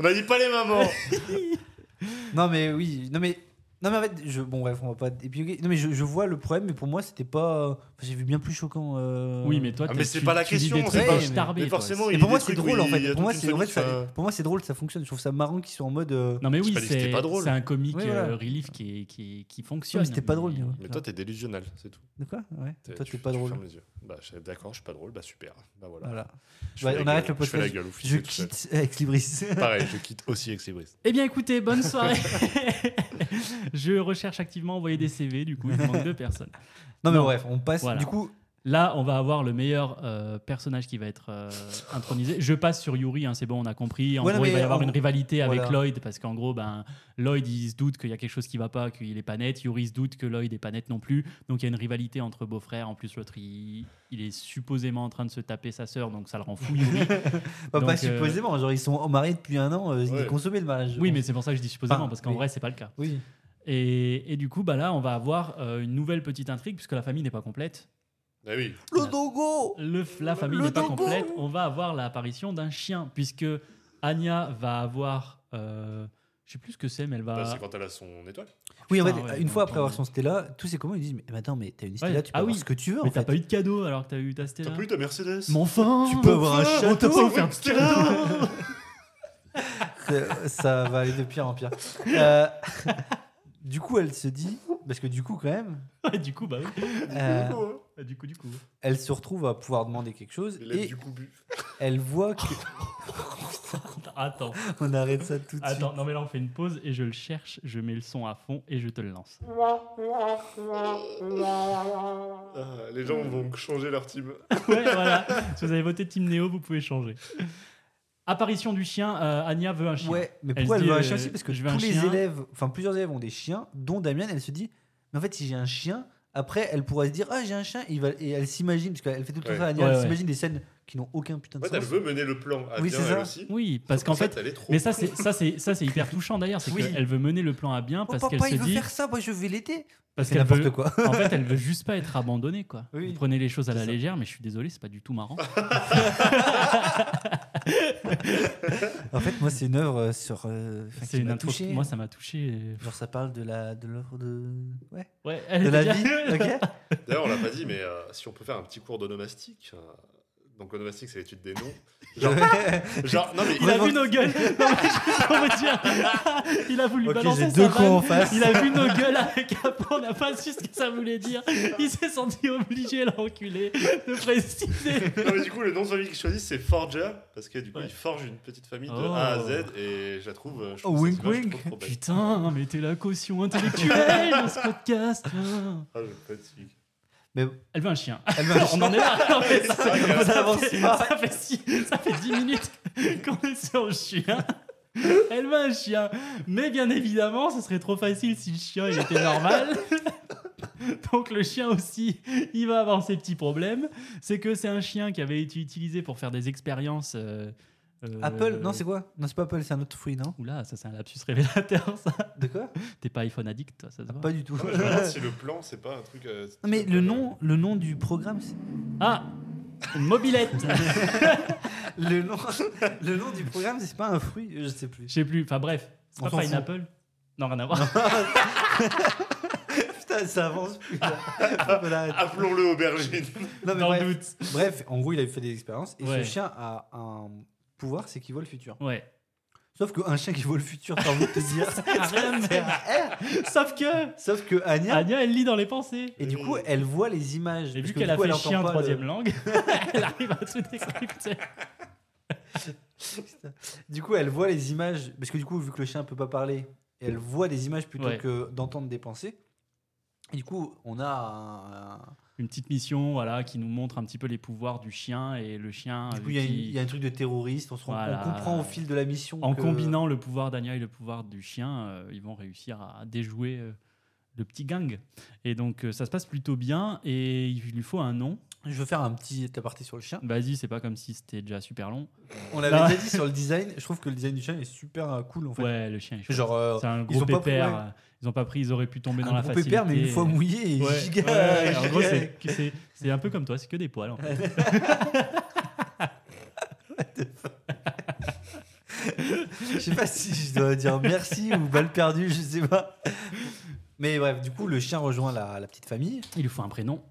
On a dit pas les mamans.
Ah,
Non, mais oui, non, mais. Non, mais en fait, je, bon, bref, on va pas épiloguer. Non, mais je, je vois le problème, mais pour moi, c'était pas. enfin, J'ai vu bien plus choquant. euh,
oui, mais toi,
Ah,
t'as-
mais c'est
tu-
pas la
tu dis des
question,
trucs
c'est pas-
de starbé,
mais
toi.
forcément,
Et
il
pour
y a
moi,
des
c'est
trucs où
drôle en
il y
fait.
a
Pour moi,
toute une
c'est en fait,
famille qui
ça-
fait-
pour moi, c'est drôle, ça fonctionne. Je trouve ça marrant qu'ils soient en mode. euh,
Non mais
J'ai
oui,
pas dit que c'était
c'est
pas drôle.
c'est un comique
Oui, voilà.
euh, relief qui, est- qui, est- qui
Non,
fonctionne.
mais c'était pas drôle, mais ouais.
Mais toi, t'es délusionnel, c'est tout.
De quoi Ouais.
T'es-
Toi,
tu-
t'es pas
tu
drôle.
fermes les yeux. Bah, je- d'accord, je suis pas drôle, bah super. Bah voilà.
Voilà.
Je
Ouais,
fais
on
la
arrête
gueule,
le
Je fais la
podcast.
gueule, au
Je
fichier tout seul.
quitte Ah. avec Libris.
Pareil, je quitte aussi avec Sébris.
Eh bien, écoutez, bonne soirée. je recherche activement envoyer des CV, du coup, il manque deux personnes.
Non, mais
Non.
bref, on passe.
Voilà.
Du coup,
Là, on va avoir le meilleur euh, personnage qui va être euh, intronisé. Je passe sur Yuri, hein, c'est bon, on a compris. En
Ouais, non,
gros, il
mais
va y avoir
en-
une rivalité avec
voilà.
Lloyd parce qu'en gros, ben, Lloyd, il se doute qu'il y a quelque chose qui va pas, qu'il est pas net. Yuri se doute que Lloyd est pas net non plus. Donc, il y a une rivalité entre beaux-frères. En plus, l'autre, il, il est supposément en train de se taper sa sœur, donc ça le rend fou, Yuri.
bah,
Donc,
pas
euh,
supposément. Genre, ils sont mariés depuis un an. euh, Ils
Ouais.
ont consommé le mariage. je
oui,
pense.
mais c'est pour ça que je dis supposément
Enfin,
parce qu'en
oui.
vrai, c'est pas le cas.
Oui.
Et, et du coup, bah là, on va avoir euh, une nouvelle petite intrigue puisque la famille n'est pas complète.
Ah oui.
Le dongo
Le, la famille
le
n'est pas
dongo.
complète. On va avoir l'apparition d'un chien puisque Anya va avoir. euh, je sais plus ce que c'est, mais elle
Bah,
va.
c'est quand elle a son étoile.
Oui, en fait,
Putain, ouais,
une
donc,
fois après
euh,
avoir son Stella, tous ces communs ils disent Mais mais attends, mais t'as une Stella,
Ouais.
tu peux
Ah
avoir
oui.
ce que tu veux
mais
en
t'as
fait.
pas eu de cadeau alors que t'as eu ta
T'as
Stella.
plus ta Mercedes. Ah,
Mais enfin
Tu peux avoir un
on t'a
château.
pas offert de cadeau
C'est- Ça va aller de pire en pire. Euh, Du coup, elle se dit, parce que du coup, quand même,
Ouais, Du coup, bah oui.
euh,
Ouais, Du coup, du coup.
elle se retrouve à pouvoir demander quelque chose
Il a
et
du coup bu.
elle voit que.
Attends,
On arrête ça tout de suite.
attends, non mais là on fait une pause et je le cherche, je mets le son à fond et je te le lance.
Ah, les gens vont changer leur team.
Ouais, voilà. Si vous avez voté Team Neo, vous pouvez changer. Apparition du chien, euh, Anya veut un chien.
Ouais, mais
Elle
pourquoi
se
elle
dit,
veut un
euh,
chien aussi Parce que
je
tous
veux un
les
chien.
élèves, enfin plusieurs élèves ont des chiens, dont Damienne, elle se dit, mais en fait, si j'ai un chien, après, elle pourra se dire, ah, j'ai un chien, il va, et elle s'imagine, parce qu'elle fait tout le
Ouais.
temps ça, Anya,
Ouais,
elle
ouais.
s'imagine des scènes qui n'ont aucun putain de
Ouais, elle
sens.
veut mener le plan. Ah,
Oui,
bien,
c'est
elle
ça.
aussi.
Oui, parce qu'en fait,
elle est trop.
mais ça c'est ça c'est ça c'est hyper touchant d'ailleurs, c'est
Oui.
qu'elle veut mener le plan à bien
Oh,
parce qu'elle
papa,
se
il veut
dit
faire ça, moi je vais l'aider.
parce
C'est
qu'elle
n'importe
veut
quoi.
en fait elle veut juste pas être abandonnée quoi.
Oui.
Vous prenez les choses à
C'est
la
ça.
légère, mais je suis désolé, c'est pas du tout marrant.
En fait, moi, c'est une œuvre euh, sur. euh, enfin,
c'est
qui
une
m'a
intro-
touché.
Moi ça m'a touché.
Genre, ça parle de la de l'œuvre de. Ouais.
Ouais, elle
De
était
la vie.
bien-
Ok.
D'ailleurs, on l'a pas dit, mais euh, si on peut faire un petit cours d'onomastique. euh, donc, l'onomastique, c'est l'étude des noms. Genre, genre- non, mais
Il a
Vraiment.
vu nos gueules. Non, mais je- on va dire, il a voulu
Ok,
balancer
j'ai
sa
deux
vanne.
cons en face.
Il a vu nos gueules avec un peu, on n'a pas su ce que ça voulait dire. Il s'est senti obligé, l'enculé, de préciser.
non, mais du coup, le nom de famille qu'ils choisissent, c'est Forger. Parce que du coup,
Ouais.
ils forgent une petite famille de
Oh.
A à Z. Et je la trouve. euh, Je
Oh,
trouve
wink,
cette image
wink.
trop, trop belle.
Putain, mais t'es la caution intellectuelle dans ce podcast. hein.
Ah, je fatigue.
Mais
Elle veut un chien.
elle veut un
On en est là. Non, mais ça,
C'est vrai que-
ça
avance
fait,
pas.
ça, fait six- ça fait 10 minutes qu'on est sur le chien. Elle veut un chien. Mais bien évidemment, ce serait trop facile si le chien il était normal. Donc le chien aussi, il va avoir ses petits problèmes. C'est que c'est un chien qui avait été utilisé pour faire des expériences. euh, euh,
Apple Non, c'est quoi Non, c'est pas Apple, c'est un autre fruit, non
Oula, ça c'est un lapsus révélateur, ça.
De quoi
T'es pas iPhone addict, toi, ça se voit.
Pas du tout.
Ah, mais je me demande si le plan, c'est pas un truc. euh,
Non, mais le nom, le nom du programme, c'est-
Ah Une mobilette
le nom, le nom du programme, c'est pas un fruit, je sais
Je
plus.
sais plus, enfin bref. C'est
On
pas
s'en fout.
Pineapple Non, rien à voir.
Putain, ça avance plus. là. Faut qu'on arrête.
Appelons-le aubergine.
Non, mais
Dans
bref.
le doute.
Bref, en gros, il avait fait des expériences et
Ouais.
ce chien a un pouvoir, c'est qu'il voit le futur.
Ouais.
Sauf qu'un chien qui voit le futur, t'as envie de te dire.
Ah, rien de-
Eh
Sauf que
Sauf que Anya,
Anya, elle lit dans les pensées.
et du coup, elle voit les
Ah, euh,
images.
J'ai
parce
vu
que
qu'elle
du
a
coup,
fait
elle entend
chien en
pas euh, le-
troisième langue. elle arrive à tout décrypter.
Du coup, elle voit les images, parce que du coup, vu que le chien peut pas parler, elle voit des images plutôt
Ouais.
que d'entendre des pensées. Et du coup, on a un. un-
Une petite mission voilà, qui nous montre un petit peu les pouvoirs du chien et le chien.
Du coup,
euh,
il y, a une-
qui-
il y a euh, un truc de terroriste. On, se rend,
Voilà.
on comprend au fil de la mission.
En
que-
combinant le pouvoir d'Anya et le pouvoir du chien, euh, ils vont réussir à déjouer euh, le petit gang. Et donc, euh, ça se passe plutôt bien et il lui faut un nom.
Je veux faire un petit aparté sur le chien.
Vas-y, c'est pas comme si c'était déjà super long.
On l'avait
Ah.
déjà dit sur le design. Je trouve que le design du chien est super euh, cool en fait.
Ouais, le chien est chouette.
Genre, euh,
C'est un
ils
gros
ont pas
pépère.
prouvé.
euh, Ils ont pas pris, ils auraient pu tomber dans
un
la
gros
facilité.
pépère, mais une fois mouillé, et
Ouais,
giga.
ouais, ouais, en gros,
giga-
c'est- c'est- c'est un peu comme toi, c'est que des poils. en fait.
Je sais pas si je dois dire merci ou balle perdue, je sais pas. Mais bref, du coup, le chien rejoint la, la petite famille.
Il lui faut un prénom.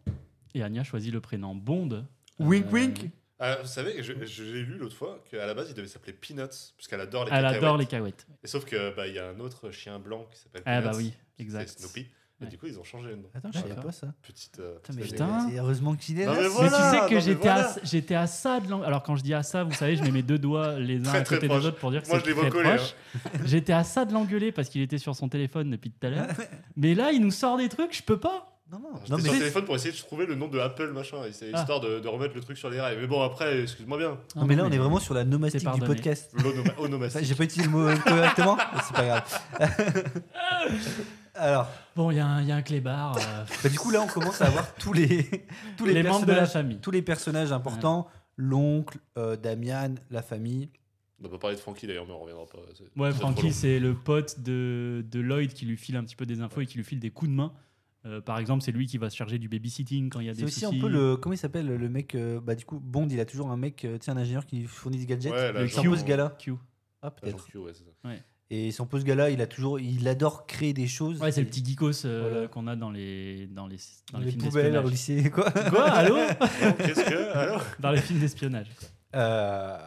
Et Anya choisit le prénom Bond.
Wink,
Euh,
wink.
Ah, vous savez, je, je l'ai lu l'autre fois qu'à la base, il devait s'appeler Peanuts, parce qu'elle adore les
Elle adore les
cacahuètes.
cacahuètes.
Et sauf que bah, il y a un autre chien blanc qui s'appelle
Ah
Peanuts.
bah oui,
qui
exact.
s'appelle Snoopy. Et
Ouais.
du coup, ils ont changé le nom.
Attends, je savais
D'accord.
Ah, pas ça.
Petite. euh,
Putain, mais
petite
putain.
anecdote.
c'est- heureusement qu'il est là.
Non, mais
c'est-
voilà.
mais tu sais
non,
que
mais
j'étais à-
voilà.
j'étais à, ça de l'en- Alors quand je dis à ça, vous savez, je mets mes deux doigts les uns
Très,
à
très
côté
proche.
des autres pour dire que
Moi,
c'est
je l'ai
très
recollé,
proche.
hein.
J'étais à ça de l'engueuler parce qu'il était sur son téléphone depuis tout à l'heure. mais là, il nous sort des trucs, je peux pas.
Non, non,
J'étais
non,
sur le
mais,
téléphone pour essayer de trouver le nom de Apple, machin, et c'est
Ah.
histoire de, de remettre le truc sur les rails. Mais bon, après, excuse-moi bien,
non, mais là, on est vraiment sur la
T'es
nomastique du
pardonné.
podcast.
l'onoma-
Enfin,
onomastique.
J'ai pas utilisé le mot euh, correctement, mais c'est pas grave. Alors,
Bon, il y, a un- il y a un clébard. euh,
bah, du coup, là, on commence à avoir tous les, tous les,
les membres de la
personnages,
famille.
tous les personnages importants l'oncle, euh, Damian, la famille.
On n'a pas parlé de Francky d'ailleurs, mais on reviendra pas. c'est-
Ouais,
c'est trop long.
Frankie, c'est le pote de, de Lloyd qui lui file un petit peu des infos et qui lui file des coups de main. Euh, par exemple, c'est lui qui va se charger du babysitting quand il y a des
C'est aussi un
soucis.
peu le. Comment il s'appelle le mec euh, Bah, du coup, Bond, il a toujours un mec, euh, tu sais, un ingénieur qui fournit des gadgets.
Ouais,
le
c'est un peu ce gars-là.
Q.
Ah,
L'agent
peut-être.
Q, ouais, c'est ça.
Et c'est un peu ce gars-là, il, a toujours, il adore créer des choses.
Ouais, c'est le petit geekos euh,
Voilà.
qu'on a dans les, dans les, dans les,
les
films
poubelles au
d'espionnage.
lycée, quoi.
Quoi Allô
Non, Qu'est-ce que alors
Dans les films d'espionnage.
Euh,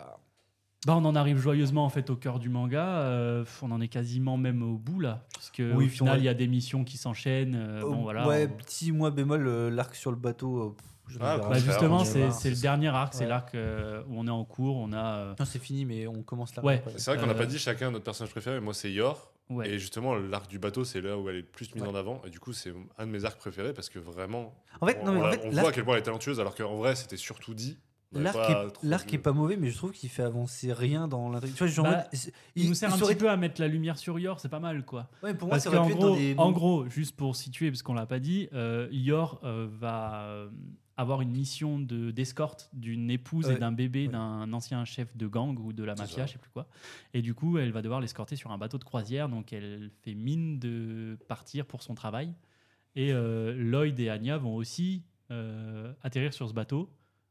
Bah, on en arrive joyeusement en fait au cœur du manga. Euh, on en est quasiment même au bout là, puisque au
Oui, puis on
final
va-
il y a des missions qui s'enchaînent. Euh,
oh,
bon voilà.
ouais,
on-
petit moi bémol, euh, l'arc sur le bateau. euh, pff, je
Ah,
regarde.
bah,
Bah, justement,
on
c'est
verra.
c'est le dernier arc, c'est
Ouais.
l'arc euh, où on est en cours. On a euh,
Non, c'est fini, mais on commence là.
Ouais.
après.
C'est vrai qu'on n'a
Euh,
pas dit chacun notre personnage préféré. Moi, c'est Yor.
ouais.
Et justement, l'arc du bateau, c'est là où elle est le plus mise
Ouais.
en avant. Et du coup, c'est un de mes arcs préférés parce que vraiment,
En fait,
on,
non, mais
on
en
la-
fait,
on voit à
l'arc
quel point elle est talentueuse, alors qu'en vrai, c'était surtout dit. On avait
l'arc
pas
est,
trop
l'arc
de-
est pas mauvais, mais je trouve qu'il fait avancer rien dans l'intrigue. Tu vois, genre,
Bah,
c'est-
Il nous sert un
ça aurait-
petit peu à mettre la lumière sur Yor, c'est pas mal quoi.
Ouais, pour moi,
Parce
ça aurait
qu'en
pu être dans
gros,
des.
en gros, juste pour situer, parce qu'on l'a pas dit, euh, Yor euh, va euh, avoir une mission de d'escorte d'une épouse
Ouais.
et d'un bébé
Ouais.
d'un ancien chef de gang ou de la
C'est
mafia,
ça.
je sais plus quoi. Et du coup, elle va devoir l'escorter sur un bateau de croisière, donc elle fait mine de partir pour son travail. Et euh, Lloyd et Anya vont aussi euh, atterrir sur ce bateau.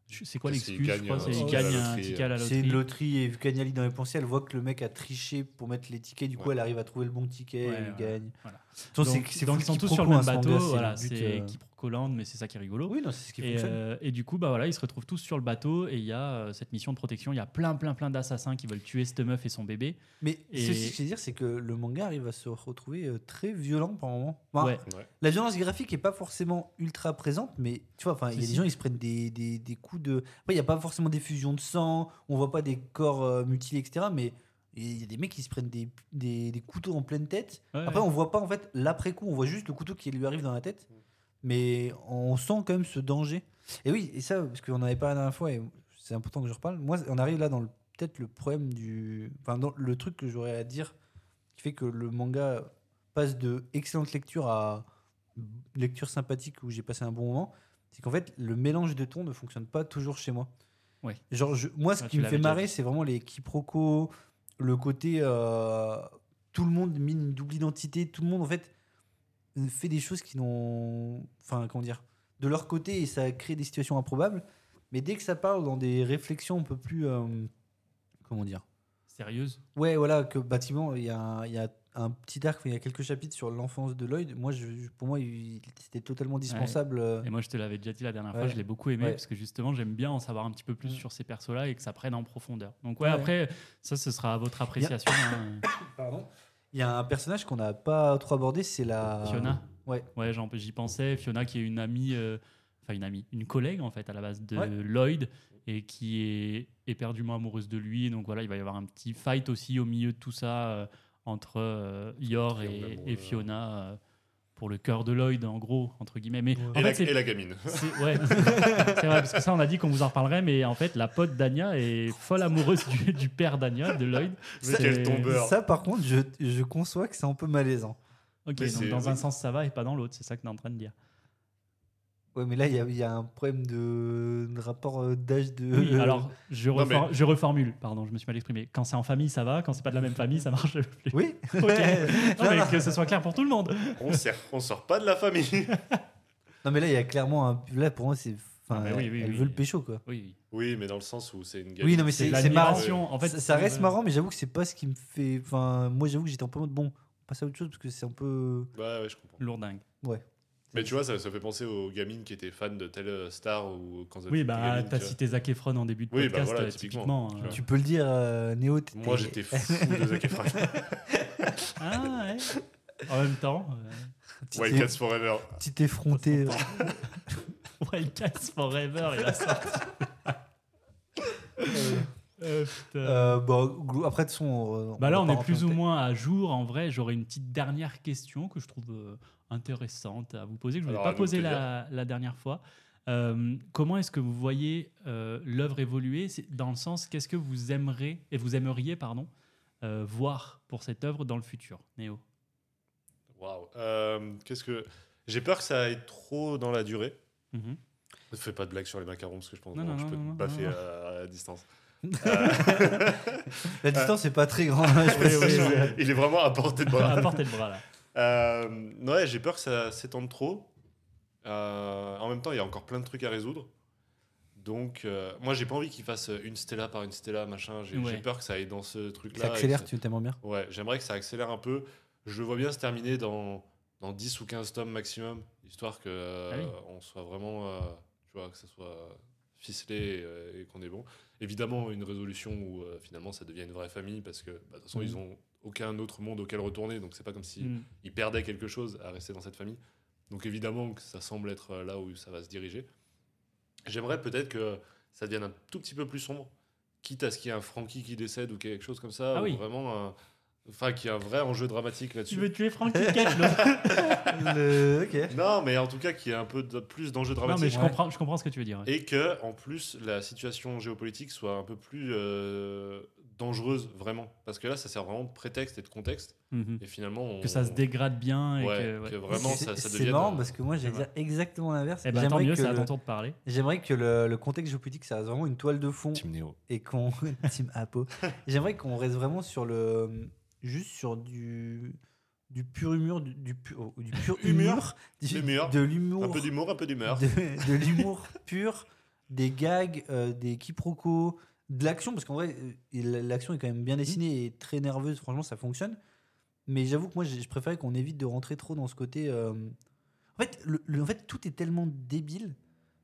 Je- C'est quoi
Parce qu'ils
l'excuse Je
gagnent
crois
un
c'est
ticket
qu'ils
à
gagnent
la
un
loterie.
ticket à la
C'est
loterie.
une loterie et vu qu'Agnali dans les pensées, elle voit que le mec a triché pour mettre les tickets. Du coup,
Ouais.
elle arrive à trouver le bon ticket
Ouais,
et
ouais,
il gagne.
voilà.
De toute façon,
Donc,
c'est- c'est
donc
full
ils sont tous
quiproquo,
sur le même
hein, ce
bateau.
manga, c'est
voilà,
le but,
c'est
euh.
quiproquolande, mais c'est ça qui est rigolo.
Oui, non, c'est ce qui
Et,
fonctionne.
euh, et du coup, bah voilà, ils se retrouvent tous sur le bateau et il y a euh, cette mission de protection. Il y a plein, plein, plein d'assassins qui veulent tuer cette meuf et son bébé.
Mais
et-
c'est aussi ce que je veux dire, c'est que le manga arrive à se retrouver euh, très violent par moment. Enfin,
Ouais.
Ouais.
La violence graphique est pas forcément ultra présente, mais tu vois, enfin, il y
Si,
a des
si.
gens ils se prennent des, des, des coups de. Après, il n'y a pas forcément des fusions de sang, on voit pas des corps euh, mutilés, etc. Mais il y a des mecs qui se prennent des, des, des couteaux en pleine tête.
Ouais,
Après,
ouais.
on voit pas en fait l'après-coup, on voit juste le couteau qui lui arrive dans la tête, mais on sent quand même ce danger. Et oui, et ça, parce qu'on en avait parlé la dernière fois, et c'est important que je reparle. Moi, on arrive là dans le- peut-être le problème du. Enfin, dans le truc que j'aurais à dire qui fait que le manga passe de excellente lecture à lecture sympathique où j'ai passé un bon moment, c'est qu'en fait, le mélange de tons ne fonctionne pas toujours chez moi.
Ouais.
Genre, je- moi, ce
Ah,
qui
tu
me
l'avais
fait
déjà
marrer,
dit.
c'est vraiment les quiproquos, le côté euh, tout le monde mine une double identité, tout le monde, en fait, fait des choses qui n'ont. Enfin, comment dire De leur côté, et ça crée des situations improbables. Mais dès que ça parle dans des réflexions un peu plus. euh, comment dire
Sérieuse
Ouais, voilà, que bâtiment, il y a, un- il y a un petit arc, il y a quelques chapitres sur l'enfance de Lloyd. Moi, je, je- pour moi, il- c'était totalement dispensable. euh,
Et moi, je te l'avais déjà dit la dernière fois,
Ouais.
je l'ai beaucoup aimé
Ouais.
parce que justement, j'aime bien en savoir un petit peu plus
Mm.
sur ces persos-là et que ça prenne en profondeur. Donc, ouais,
Ouais.
après, ça, ce sera à votre appréciation, hein,
Pardon. Il y a un personnage qu'on n'a pas trop abordé, c'est la.
Fiona.
Euh, Ouais.
Ouais, j'en- j'y pensais. Fiona, qui est une amie, euh, enfin, une amie, une collègue en fait, à la base de
Ouais.
Lloyd et qui est éperdument amoureuse de lui. Donc, voilà, il va y avoir un petit fight aussi au milieu de tout ça euh, entre euh, Yor
Triangle
et,
amoureux.
et Fiona. euh, pour le cœur de Lloyd, en gros, entre guillemets. Mais
Ouais.
en
Et,
fait,
la,
c'est
et la gamine.
C'est ouais. C'est vrai, parce que ça, on a dit qu'on vous en reparlerait, mais en fait, la pote d'Anya est folle amoureuse du, du père d'Anya, de Lloyd.
Mais quel
C'est-
tombeur.
Ça, par contre, je, je conçois que c'est un peu malaisant.
Ok, donc
Mais c'est-
dans un
oui.
sens, ça va et pas dans l'autre, c'est ça que t'es en train de dire.
Ouais, mais là, il y a, il y a un problème de, de rapport euh, d'âge de.
Oui, alors, je,
Non, mais-
refor- je reformule, pardon, je me suis mal exprimé. Quand c'est en famille, ça va, quand c'est pas de la même famille, ça marche plus.
Oui.
Ok. Non,
Non,
mais
non.
que ce soit clair pour tout le monde.
On sert, on sort pas de la famille.
Non, mais là, il y a clairement un. Là, pour moi, c'est. Enfin,
Non, Ah, mais oui, oui,
elle
oui.
veut le pécho, quoi.
Oui,
Oui, mais dans le sens où c'est une gamine.
Oui, non, mais
c'est
c'est c'est marrant.
l'admiration. En fait,
ça, ça reste
euh,
marrant, mais j'avoue que c'est pas ce qui me fait. Enfin, moi, j'avoue que j'étais un peu en mode bon, on passe à autre chose parce que c'est un peu.
Bah Ouais, ouais, je comprends.
Lourdingue.
Mais tu vois, ça, ça fait penser aux gamines qui étaient fans de telle euh, star ou quand elles
Oui,
étaient
bah,
gamines,
t'as
tu vois.
cité Zac Efron en début de
Oui, bah,
podcast,
voilà,
euh, typiquement.
typiquement, tu vois.
euh.
Tu peux le dire, euh, Néo. t'étais-
Moi, j'étais fou de Zac Efron.
Ah, ouais. En même temps, euh,
t'étais-
Wildcats Forever.
Petit effronté.
Wildcats Forever, il a sorti. Euh, putain.
Euh, bon, glou- après, de son. on-
bah là,
va
on
pas
est plus ou
rentrer.
moins à jour. En vrai, j'aurais une petite dernière question que je trouve euh, intéressante à vous poser, que je ne voulais
Alors,
pas
à nous de
poser
plaisir.
la, la dernière fois. Euh, comment est-ce que vous voyez euh, l'œuvre évoluer C'est- Dans le sens, qu'est-ce que vous aimerez, et vous aimeriez, pardon, euh, voir pour cette œuvre dans le futur, Néo
Waouh. Euh, Qu'est-ce que. J'ai peur que ça aille trop dans la durée.
Mhm.
Ne fais pas de blagues sur les macarons parce que je pense
Non,
vraiment
non,
que je peux
non, non,
te
non,
baffer
non.
à, à distance. Euh,
La distance n'est pas très grande. hein, je
Oui, oui,
précise.
oui.
il est vraiment à portée de
À
bras.
portée de bras, là.
Euh, ouais, j'ai peur que ça s'étende trop. Euh, en même temps, il y a encore plein de trucs à résoudre. Donc, euh, moi, j'ai pas envie qu'ils fassent une Stella par une Stella, machin. J'ai
Ouais.
j'ai peur que ça aille dans ce truc-là.
Ça
et que
accélère,
ça-
tu t'aimes bien.
Ouais, j'aimerais que ça accélère un peu. Je le vois bien se terminer dans, dans 10 ou 15 tomes maximum, histoire que euh,
Ah oui.
on soit vraiment, euh, tu vois, que ça soit ficelé et, euh, et qu'on est bon. Évidemment, une résolution où euh, finalement ça devient une vraie famille parce que bah, de toute façon
Mhm.
ils ont aucun autre monde auquel retourner, donc c'est pas comme s'ils
Mm.
perdaient quelque chose à rester dans cette famille. Donc évidemment que ça semble être euh, là où ça va se diriger. J'aimerais peut-être que ça devienne un tout petit peu plus sombre, quitte à ce qu'il y ait un Frankie qui décède ou quelque chose comme ça,
Ah
ou
oui.
vraiment un... Enfin, qu'il y ait un vrai enjeu dramatique
Tu
là-dessus.
veux tuer Frankie Cat, l'autre
Le- Ok.
Non, mais en tout cas, qu'il y ait un peu de- plus d'enjeux
Non, mais
dramatiques.
je
Ouais.
comprends, je comprends ce que tu veux dire. ouais.
Et que, en plus, la situation géopolitique soit un peu plus euh, dangereuse, vraiment. Parce que là, ça sert vraiment de prétexte et de contexte.
Mhm.
Et finalement, on-
Que ça se dégrade bien et
Ouais,
que. ouais.
que vraiment,
C'est-
ça, ça
C'est
devienne...
marrant
euh,
parce que moi, j'allais dire exactement l'inverse.
Eh ben, tant
J'aimerais
mieux,
que
c'est à
le-
ton tour de parler.
J'aimerais que le, le contexte géopolitique, ça reste vraiment une toile de fond
Team Neo.
et qu'on Team Apo. J'aimerais qu'on reste vraiment sur le juste sur du du pur humour du, du pur oh, du pur
Humeur.
humour du-
Humeur.
de l'humour
Un peu d'humour, un peu d'humeur.
de, de l'humour pur des gags euh, des quiproquos de l'action parce qu'en vrai euh, il- l'action est quand même bien dessinée et très nerveuse franchement ça fonctionne mais j'avoue que moi j'ai- je préférais qu'on évite de rentrer trop dans ce côté euh, en fait le- le- en fait tout est tellement débile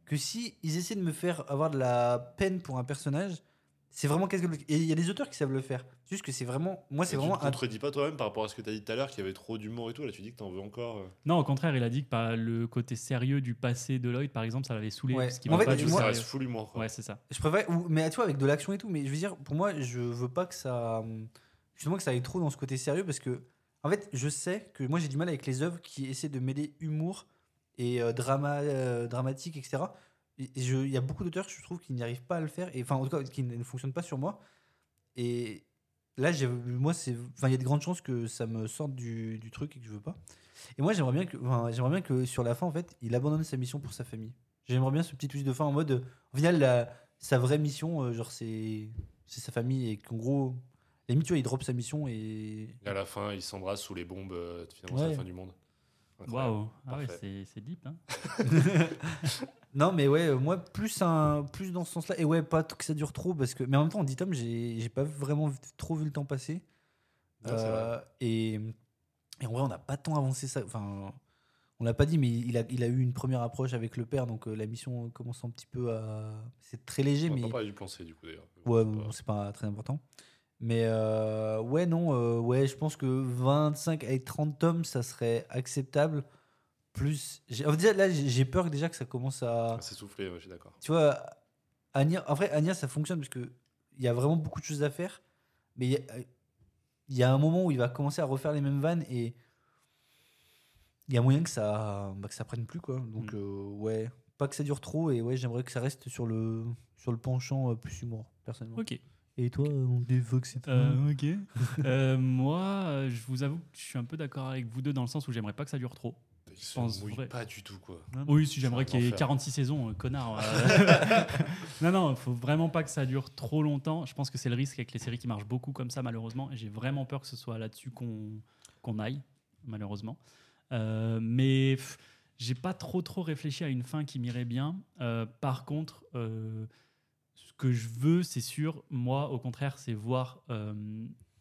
que si ils essaient de me faire avoir de la peine pour un personnage c'est vraiment quelque chose et il y a des auteurs qui savent le faire C'est juste que c'est vraiment moi c'est
Et
vraiment
Tu te
un-
contredis pas toi-même par rapport à ce que tu as dit tout à l'heure, qu'il y avait trop d'humour et tout. Là, tu dis que t'en veux encore. euh.
Non, au contraire, il a dit que par le côté sérieux du passé de Lloyd, par exemple, ça l'avait saoulé.
Ouais.
Parce qu'il
En
veut
fait,
pas du
tu vois,
moi-
ça
sérieux.
reste full humour. quoi.
Ouais, c'est ça.
Je préfère, ou- mais tu vois, avec de l'action et tout, mais je veux dire, pour moi, je veux pas que ça. Justement, que ça aille trop dans ce côté sérieux parce que, en fait, je sais que moi, j'ai du mal avec les œuvres qui essaient de mêler humour et euh, drama, euh, dramatique, etc. Et- et je- Il y a beaucoup d'auteurs, je trouve, qui n'y arrivent pas à le faire, et enfin, en tout cas, qui ne fonctionnent pas sur moi. Et là, j'ai- moi, c'est. Enfin, il y a de grandes chances que ça me sorte du, du truc et que je veux pas. Et moi, j'aimerais bien, que, enfin, j'aimerais bien que sur la fin, en fait, il abandonne sa mission pour sa famille. J'aimerais bien ce petit twist de fin en mode, euh, au final, la- sa vraie mission, euh, genre, c'est, c'est sa famille et qu'en gros, la limite, tu vois, il drop sa mission et.
Et à la fin, ils s'embrassent sous les bombes. euh, Finalement, c'est
Ouais.
la fin du monde. Incroyable.
Waouh, ah ouais,
Parfait.
c'est- c'est deep. hein.
Non, mais ouais, euh, moi, plus, un, plus dans ce sens-là. Et ouais, pas que ça dure trop, parce que. Mais en même temps, en 10 tomes, j'ai, j'ai pas vraiment vu- trop vu le temps passer.
Non, Ah, c'est vrai.
Euh, et, et en vrai, on n'a pas tant avancé ça. Enfin, on l'a pas dit, mais il a, il a eu une première approche avec le père, donc euh, la mission commence un petit peu à. C'est très léger,
On va
mais.
pas parler du plan C, du coup, d'ailleurs.
Ouais,
C'est
bon,
pas-
c'est pas très important. Mais euh, ouais, non, euh, ouais, je pense que 25 avec 30 tomes, ça serait acceptable. Plus. j'ai- en fait, là, j'ai j'ai peur que déjà que ça commence à
C'est soufflé, ouais, je suis d'accord.
tu vois, Anya, en vrai, Anya, ça fonctionne parce qu'il y a vraiment beaucoup de choses à faire, mais il y, a- il y a un moment où il va commencer à refaire les mêmes vannes et il y a moyen que ça, bah, que ça prenne plus, quoi. Donc,
Mm.
euh, ouais, pas que ça dure trop et ouais, j'aimerais que ça reste sur le, sur le penchant euh, plus humour, personnellement.
Ok.
Et toi, euh, mon dévox, c'est
Euh, ok. Euh, moi, euh, je vous avoue que je suis un peu d'accord avec vous deux dans le sens où j'aimerais pas que ça dure trop.
Ils
pense
se mouillent
vrai.
pas du tout, quoi.
Oui, si j'aimerais
C'est
qu'il
un
y ait
enfer.
46 saisons, euh, connard. euh. non, non, faut vraiment pas que ça dure trop longtemps. Je pense que c'est le risque avec les séries qui marchent beaucoup comme ça, malheureusement. Et j'ai vraiment peur que ce soit là-dessus qu'on qu'on aille, malheureusement. Euh, mais pff, j'ai pas trop trop réfléchi à une fin qui m'irait bien. Euh, par contre, euh, ce que je veux, c'est sûr, moi, au contraire, c'est voir euh,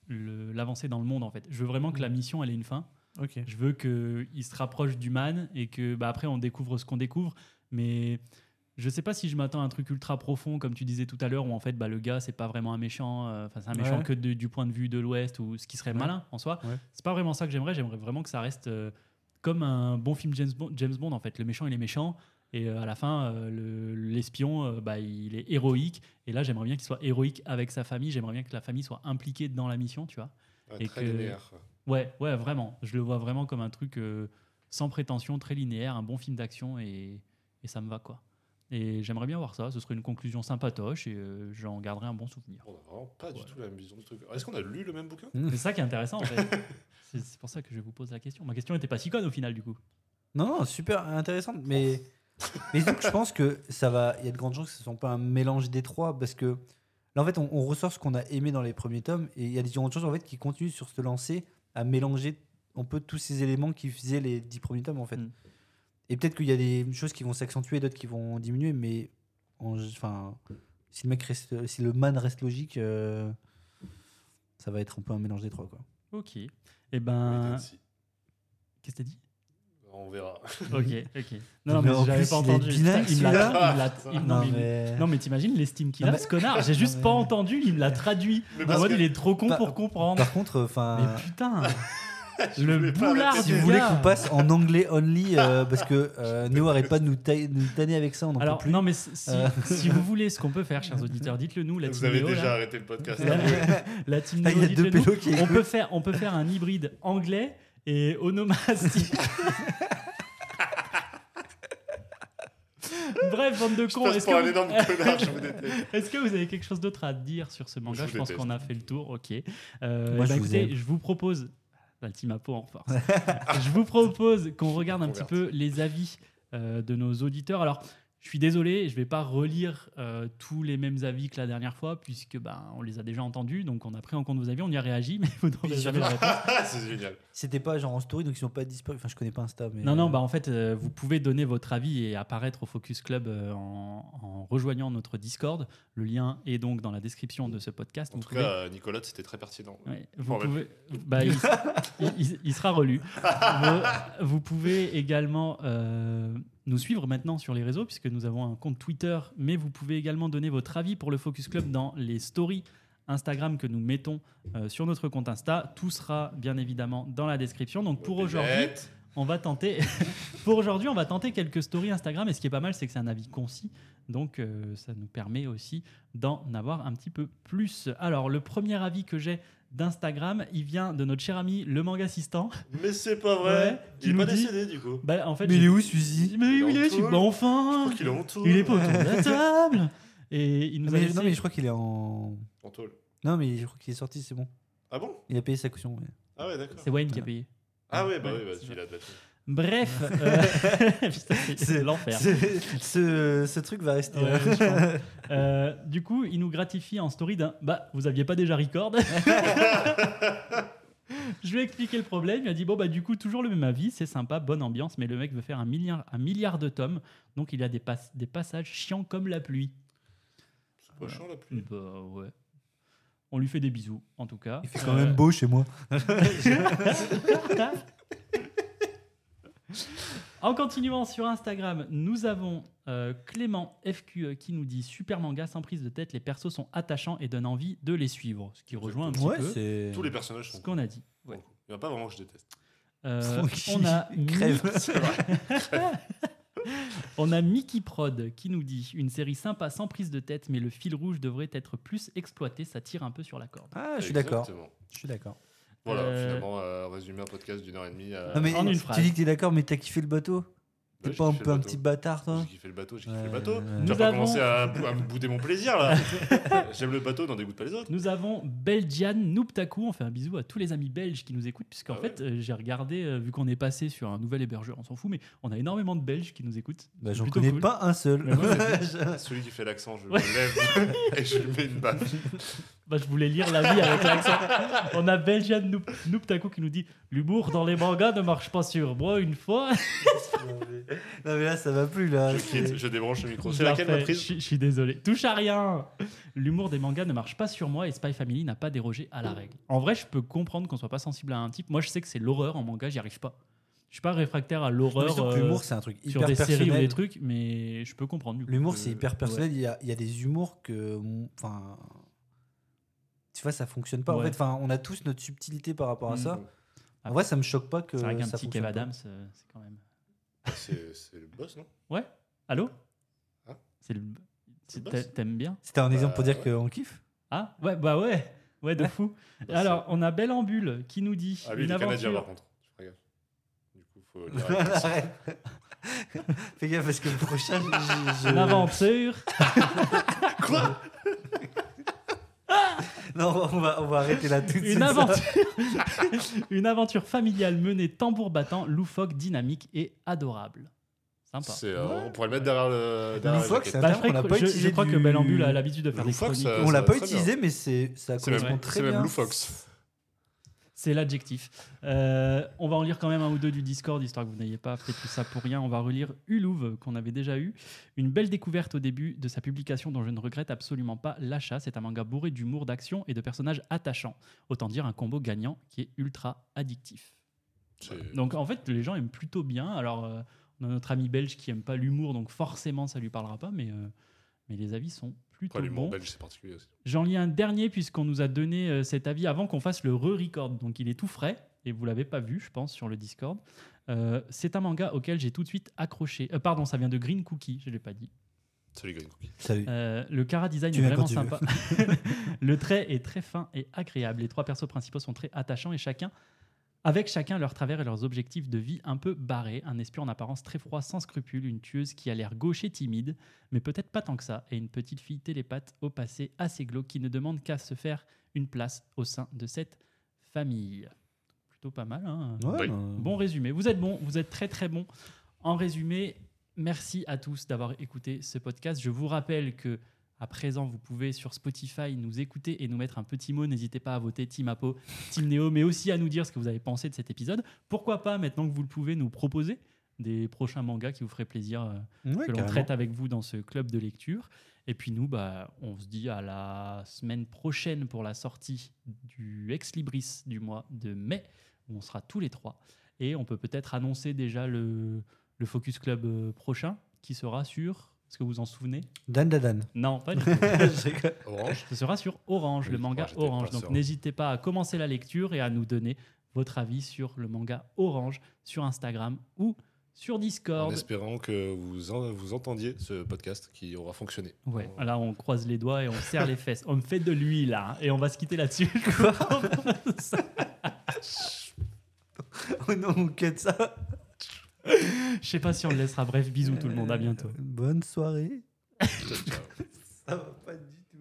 le- l'avancée dans le monde, en fait. Je veux vraiment que la mission, elle ait une fin.
Ok.
Je veux qu'il se rapproche du man et que bah, après on découvre ce qu'on découvre. Mais je sais pas si je m'attends à un truc ultra profond, comme tu disais tout à l'heure, où en fait bah, le gars c'est pas vraiment un méchant, euh, enfin c'est un méchant
Ouais.
que de- du point de vue de l'Ouest ou ce qui serait
Ouais.
malin en soi.
Ouais.
C'est pas vraiment ça que j'aimerais. J'aimerais vraiment que ça reste euh, comme un bon film James Bond, James Bond en fait. Le méchant il est méchant. Et euh, à la fin, euh, le- l'espion, euh, bah, il est héroïque. Et là, j'aimerais bien qu'il soit héroïque avec sa famille. J'aimerais bien que la famille soit impliquée dans la mission, tu vois.
Ouais,
Et
très
que-
linéaire. quoi.
Ouais, ouais, vraiment. Je le vois vraiment comme un truc euh, sans prétention, très linéaire, un bon film d'action et, et ça me va quoi. Et j'aimerais bien voir ça. Ce serait une conclusion sympatoche et euh, j'en garderai un bon souvenir.
On a vraiment pas du
Ouais.
tout la même vision du truc. Est-ce qu'on a lu le même bouquin
C'est ça qui est intéressant en fait. C'est c'est pour ça que je vous pose la question. Ma question n'était pas si conne au final du coup.
Non, non, super intéressante, mais, mais donc, je pense que ça va. Il y a de grandes chances que ce ne soit pas un mélange des trois, parce que là, en fait, on, on ressort ce qu'on a aimé dans les premiers tomes, et il y a des grandes chances en fait qui continuent sur ce lancer à mélanger un peu tous ces éléments qui faisaient les dix premiers tomes, en fait.
Mm.
Et peut-être qu'il y a des choses qui vont s'accentuer, d'autres qui vont diminuer, mais en- enfin, si le mec reste, si le man reste logique, euh, ça va être un peu un mélange des trois, quoi.
Ok. Et
Hein.
Oui,
ben,
peut-être si.
qu'est-ce que t'as dit
On verra.
Ok, ok. Non, non,
Mais
mais,
en
j'avais
plus,
pas
il est
entendu.
bilingue,
il me l'a- il
celui-là.
me l'a- il- non, mais- non, mais t'imagines l'estime qu'il a
Non, mais-
ce connard. J'ai juste
mais-
pas entendu. Il me l'a traduit.
Mais
En
parce
mode,
que-
il est trop con
Bah,
pour comprendre.
Par contre, enfin.
Mais putain
Je
Euh, Le
voulais pas
boulard
arrêter
Si
du
vous voulez
gars. Ah.
qu'on passe en anglais only, euh, parce que euh, Néo arrête pas de nous, ta- nous tanner avec ça, on en
Alors,
peut plus.
non, mais si, si-
Euh.
si vous voulez ce qu'on peut faire, chers auditeurs, dites-le nous. La
Vous
team
avez
Néo,
déjà
là.
arrêté le podcast. hein.
Là,
avant.
La team
Là, Ah, il y
Néo,
a deux
dites-le nous.
pélos qui
On peut, faire, on peut faire un hybride anglais et onomastique. Bref, bande de
Je
cons,
passe
est-ce
pour
que,
un
vous-
énorme connard, je vous déteste.
est-ce que vous avez quelque chose d'autre à dire sur ce manga
Je
Je,
vous
pense
déteste.
qu'on a fait le tour, ok. Euh,
Moi,
eh
je
ben,
vous
écoutez,
aime.
je vous propose, la team Apo en force, je vous propose qu'on regarde un petit peu les avis euh, de nos auditeurs. Alors, je suis désolé, je vais pas relire euh, tous les mêmes avis que la dernière fois, puisque ben, on les a déjà entendus, donc on a pris en compte vos avis, on y a réagi, mais vous n'aurez
Puis
jamais
surtout-
la réponse.
Ah, C'est génial.
C'était pas genre en story, donc ils ont pas disparu. Enfin, je connais pas Insta, mais.
Non, non, bah en fait, euh, vous pouvez donner votre avis et apparaître au Focus Club euh, en, en rejoignant notre Discord. Le lien est donc dans la description de ce podcast.
En
Vous
tout
pouvez-
cas, euh, Nicolas, c'était très pertinent.
Ouais, vous
Bon, bah-
pouvez- bah, il, il- il- il sera relu. vous, vous pouvez également euh, nous suivre maintenant sur les réseaux, puisque nous avons un compte Twitter, mais vous pouvez également donner votre avis pour le Focus Club dans les stories Instagram que nous mettons euh, sur notre compte Insta. Tout sera bien évidemment dans la description. Donc pour aujourd'hui,
Bête.
on va tenter. pour aujourd'hui, on va tenter quelques stories Instagram. Et ce qui est pas mal, c'est que c'est un avis concis. Donc, euh, ça nous permet aussi d'en avoir un petit peu plus. Alors, le premier avis que j'ai d'Instagram, il vient de notre cher ami le manga assistant.
Mais c'est pas vrai.
Ouais, qui
il est
nous
pas
dit-
décédé, du coup.
Bah, en fait,
Mais il est
j'ai-
où, Suzy
Mais
Il est
où il
en
est Je suis
taule.
bah,
Je
enfin
crois qu'il est en tôle.
Il est pas autour de la table Et il nous
Non,
a
euh, mais,
laissé-
non, mais je crois qu'il est en.
En tôle.
Non, mais je crois qu'il est sorti, c'est bon.
Ah bon
Il a payé sa caution. ouais.
Ah ouais, d'accord.
C'est Wayne qui a payé.
Ah ouais, bah
Ouais,
oui, bah,
c'est
celui-là de Batman.
Bref, euh, putain, c'est
C'est-
l'enfer.
Ce, ce- ce truc va rester. hein,
Ouais, je pense. Euh, du coup, il nous gratifie en story d'un Bah, vous aviez pas déjà record Je lui ai expliqué le problème. Il a dit Bon, bah, du coup, toujours le même avis, c'est sympa, bonne ambiance, mais le mec veut faire un milliard, un milliard de tomes, donc il y a des, pas- des passages chiants comme la pluie.
C'est pas chiant, la pluie.
Bah, ouais. On lui fait des bisous, en tout cas. Euh,
Il fait quand même beau chez moi.
En continuant sur Instagram, nous avons euh, Clément FQE qui nous dit Super manga sans prise de tête, les persos sont attachants et donnent envie de les suivre. Ce qui rejoint un petit peu
c'est.
Tous les personnages
ce
sont.
qu'on a dit.
cool. Il n'y en a pas vraiment que je déteste.
Euh,
Francky,
on, a
crève.
Mi- on a Mickey Prod qui nous dit Une série sympa sans prise de tête, mais le fil rouge devrait être plus exploité, ça tire un peu sur la corde.
Ah, je suis d'accord.
Exactement.
Je suis d'accord.
Voilà,
Euh,
finalement, euh, résumer un podcast d'une heure et demie. euh,
Non, mais
en une
tu
phrase.
dis que t'es d'accord, mais t'as kiffé le bateau T'es
ouais,
Ah,
j'ai kiffé le
pas un peu un
bateau.
petit bâtard, toi
J'ai kiffé le bateau, j'ai
Ouais,
kiffé le bateau.
ouais.
Tu
Nous
vas pas
avons-
commencer à, bou- à me bouder mon plaisir là. J'aime le bateau, n'en dégoûte pas les autres.
Nous avons Belgian Nouptaku. On fait un bisou à tous les amis belges qui nous écoutent, puisqu'en
Ah ouais.
fait, euh, j'ai regardé, euh, vu qu'on est passé sur un nouvel hébergeur, on s'en fout, mais on a énormément de Belges qui nous écoutent.
Bah,
C'est
j'en
plutôt
connais
cool.
pas un seul.
Mais moi,
Celui qui fait l'accent, je
Ouais.
me lève et je lui mets une baffe.
Bah, je voulais lire la vie avec l'accent. on a Belgian Noup- Nouptaku qui nous dit L'humour dans les mangas ne marche pas sur moi une fois.
non, mais... non, mais là, ça va plus, là.
Je
C'est-
quitte, je débranche le micro.
Je
C'est
la
laquelle ma
refais.
prise
Je je suis désolé. Touche à rien L'humour des mangas ne marche pas sur moi et Spy Family n'a pas dérogé à la règle. En vrai, je peux comprendre qu'on soit pas sensible à un type. Moi, je sais que c'est l'horreur en manga, j'y arrive pas. Je suis pas réfractaire à
Non, mais
l'horreur.
surtout que
euh,
L'humour, c'est un truc
sur
hyper
des séries ou des
personnel.
trucs, Euh, mais je peux comprendre. du coup.
L'humour,
que-
c'est hyper personnel. Il y, a, il y a des humours que. Enfin. Tu vois, ça fonctionne pas. En
Ouais.
fait, enfin, on a tous notre subtilité par rapport à
Mm.
ça.
Ah
En vrai, ça me choque pas que.
C'est vrai qu'un
ça
petit
fonctionne
Kev
pas.
Adams, euh, c'est quand même.
C'est c'est le boss, non
Allô
Hein
C'est le. c'est-
boss
t'a- T'aimes bien
C'était un exemple pour
Bah,
dire qu'on kiffe.
Ah ouais, bah ouais, ouais de fou.
Bah,
Alors on a Belle Ambule qui nous dit
Ah, lui,
une
il est canadien par
aventure.
contre. Je fais gaffe. Du coup, faut lire avec l'accent.
Arrête. Fais gaffe parce que le prochain. je- je-
Une aventure.
Quoi
Non, on va, on va arrêter là tout de suite.
une aventure,
Euh,
une aventure familiale menée tambour battant, loufoque, dynamique et adorable. Sympa.
C'est, euh, On pourrait le mettre derrière le. derrière la
Loufoque,
jaquette.
ça-
Bah,
D'ailleurs,
je, crois
on l'a
que-
pas
je- je
utilisé
crois que
du-
Bellambule a l'habitude de faire des
Loufoque,
chroniques.
ça-
On l'a
va
pas
très
utilisé, mais c'est ça
C'est même-
correspond très
c'est même
bien.
Loufox.
C'est l'adjectif. Euh, on va en lire quand même un ou deux du Discord, histoire que vous n'ayez pas fait tout ça pour rien. On va relire Ulouve, qu'on avait déjà eu. Une belle découverte au début de sa publication dont je ne regrette absolument pas l'achat. C'est un manga bourré d'humour, d'action et de personnages attachants. Autant dire un combo gagnant qui est ultra addictif.
C'est-
Donc en fait, les gens aiment plutôt bien. Alors, euh, on a notre ami belge qui aime pas l'humour, donc forcément, ça lui parlera pas, mais, euh, mais les avis sont plutôt
Après, l'humour
bons.
belge, c'est particulier aussi.
J'en lis un dernier puisqu'on nous a donné euh, cet avis avant qu'on fasse le re-record. Donc il est tout frais et vous l'avez pas vu, je pense, sur le Discord. Euh, c'est un manga auquel j'ai tout de suite accroché. Euh, pardon, ça vient de Green Cookie, je l'ai pas dit.
Salut, Green Cookie.
Salut.
Euh, le Kara design
Tu
est
viens quand
vraiment sympa.
tu
le trait est très fin et agréable. Les trois persos principaux sont très attachants et chacun, avec chacun leurs travers et leurs objectifs de vie un peu barrés. Un espion en apparence très froid, sans scrupules, une tueuse qui a l'air gauche et timide, mais peut-être pas tant que ça, et une petite fille télépathe au passé assez glauque qui ne demande qu'à se faire une place au sein de cette famille. Plutôt pas mal, hein
Ouais, ben,
Oui.
non.
Bon résumé. Vous êtes bon, vous êtes très très bon. En résumé, merci à tous d'avoir écouté ce podcast. Je vous rappelle que à présent, vous pouvez sur Spotify nous écouter et nous mettre un petit mot. N'hésitez pas à voter Team Apo, Team Neo, mais aussi à nous dire ce que vous avez pensé de cet épisode. Pourquoi pas, maintenant que vous le pouvez, nous proposer des prochains mangas qui vous feraient plaisir, euh,
Ouais,
que l'on
carrément.
traite avec vous dans ce club de lecture. Et puis nous, bah, on se dit à la semaine prochaine pour la sortie du Ex Libris du mois de mai, où on sera tous les trois. Et on peut peut-être annoncer déjà le, le Focus Club euh, prochain, qui sera sur... Est-ce que vous en souvenez
Dan Dan
Non, pas du tout.
Dan. Je rigole.
Orange.
Ce sera sur Orange,
Oui,
le manga
moi, j'étais
Orange.
pas
Donc
serein.
n'hésitez pas à commencer la lecture et à nous donner votre avis sur le manga Orange sur Instagram ou sur
En
Discord.
espérant que vous, en- vous entendiez ce podcast qui aura fonctionné.
Ouais, là on croise les doigts et on serre les fesses. On me fait de lui là et on va se quitter là-dessus. Quoi
Oh non, on cut ça.
Je sais pas si on le laissera. Bref, bisous tout le monde, à bientôt.
Euh, Bonne soirée.
Ciao, ciao.
Ça va pas du tout.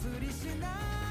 feu les Sénats.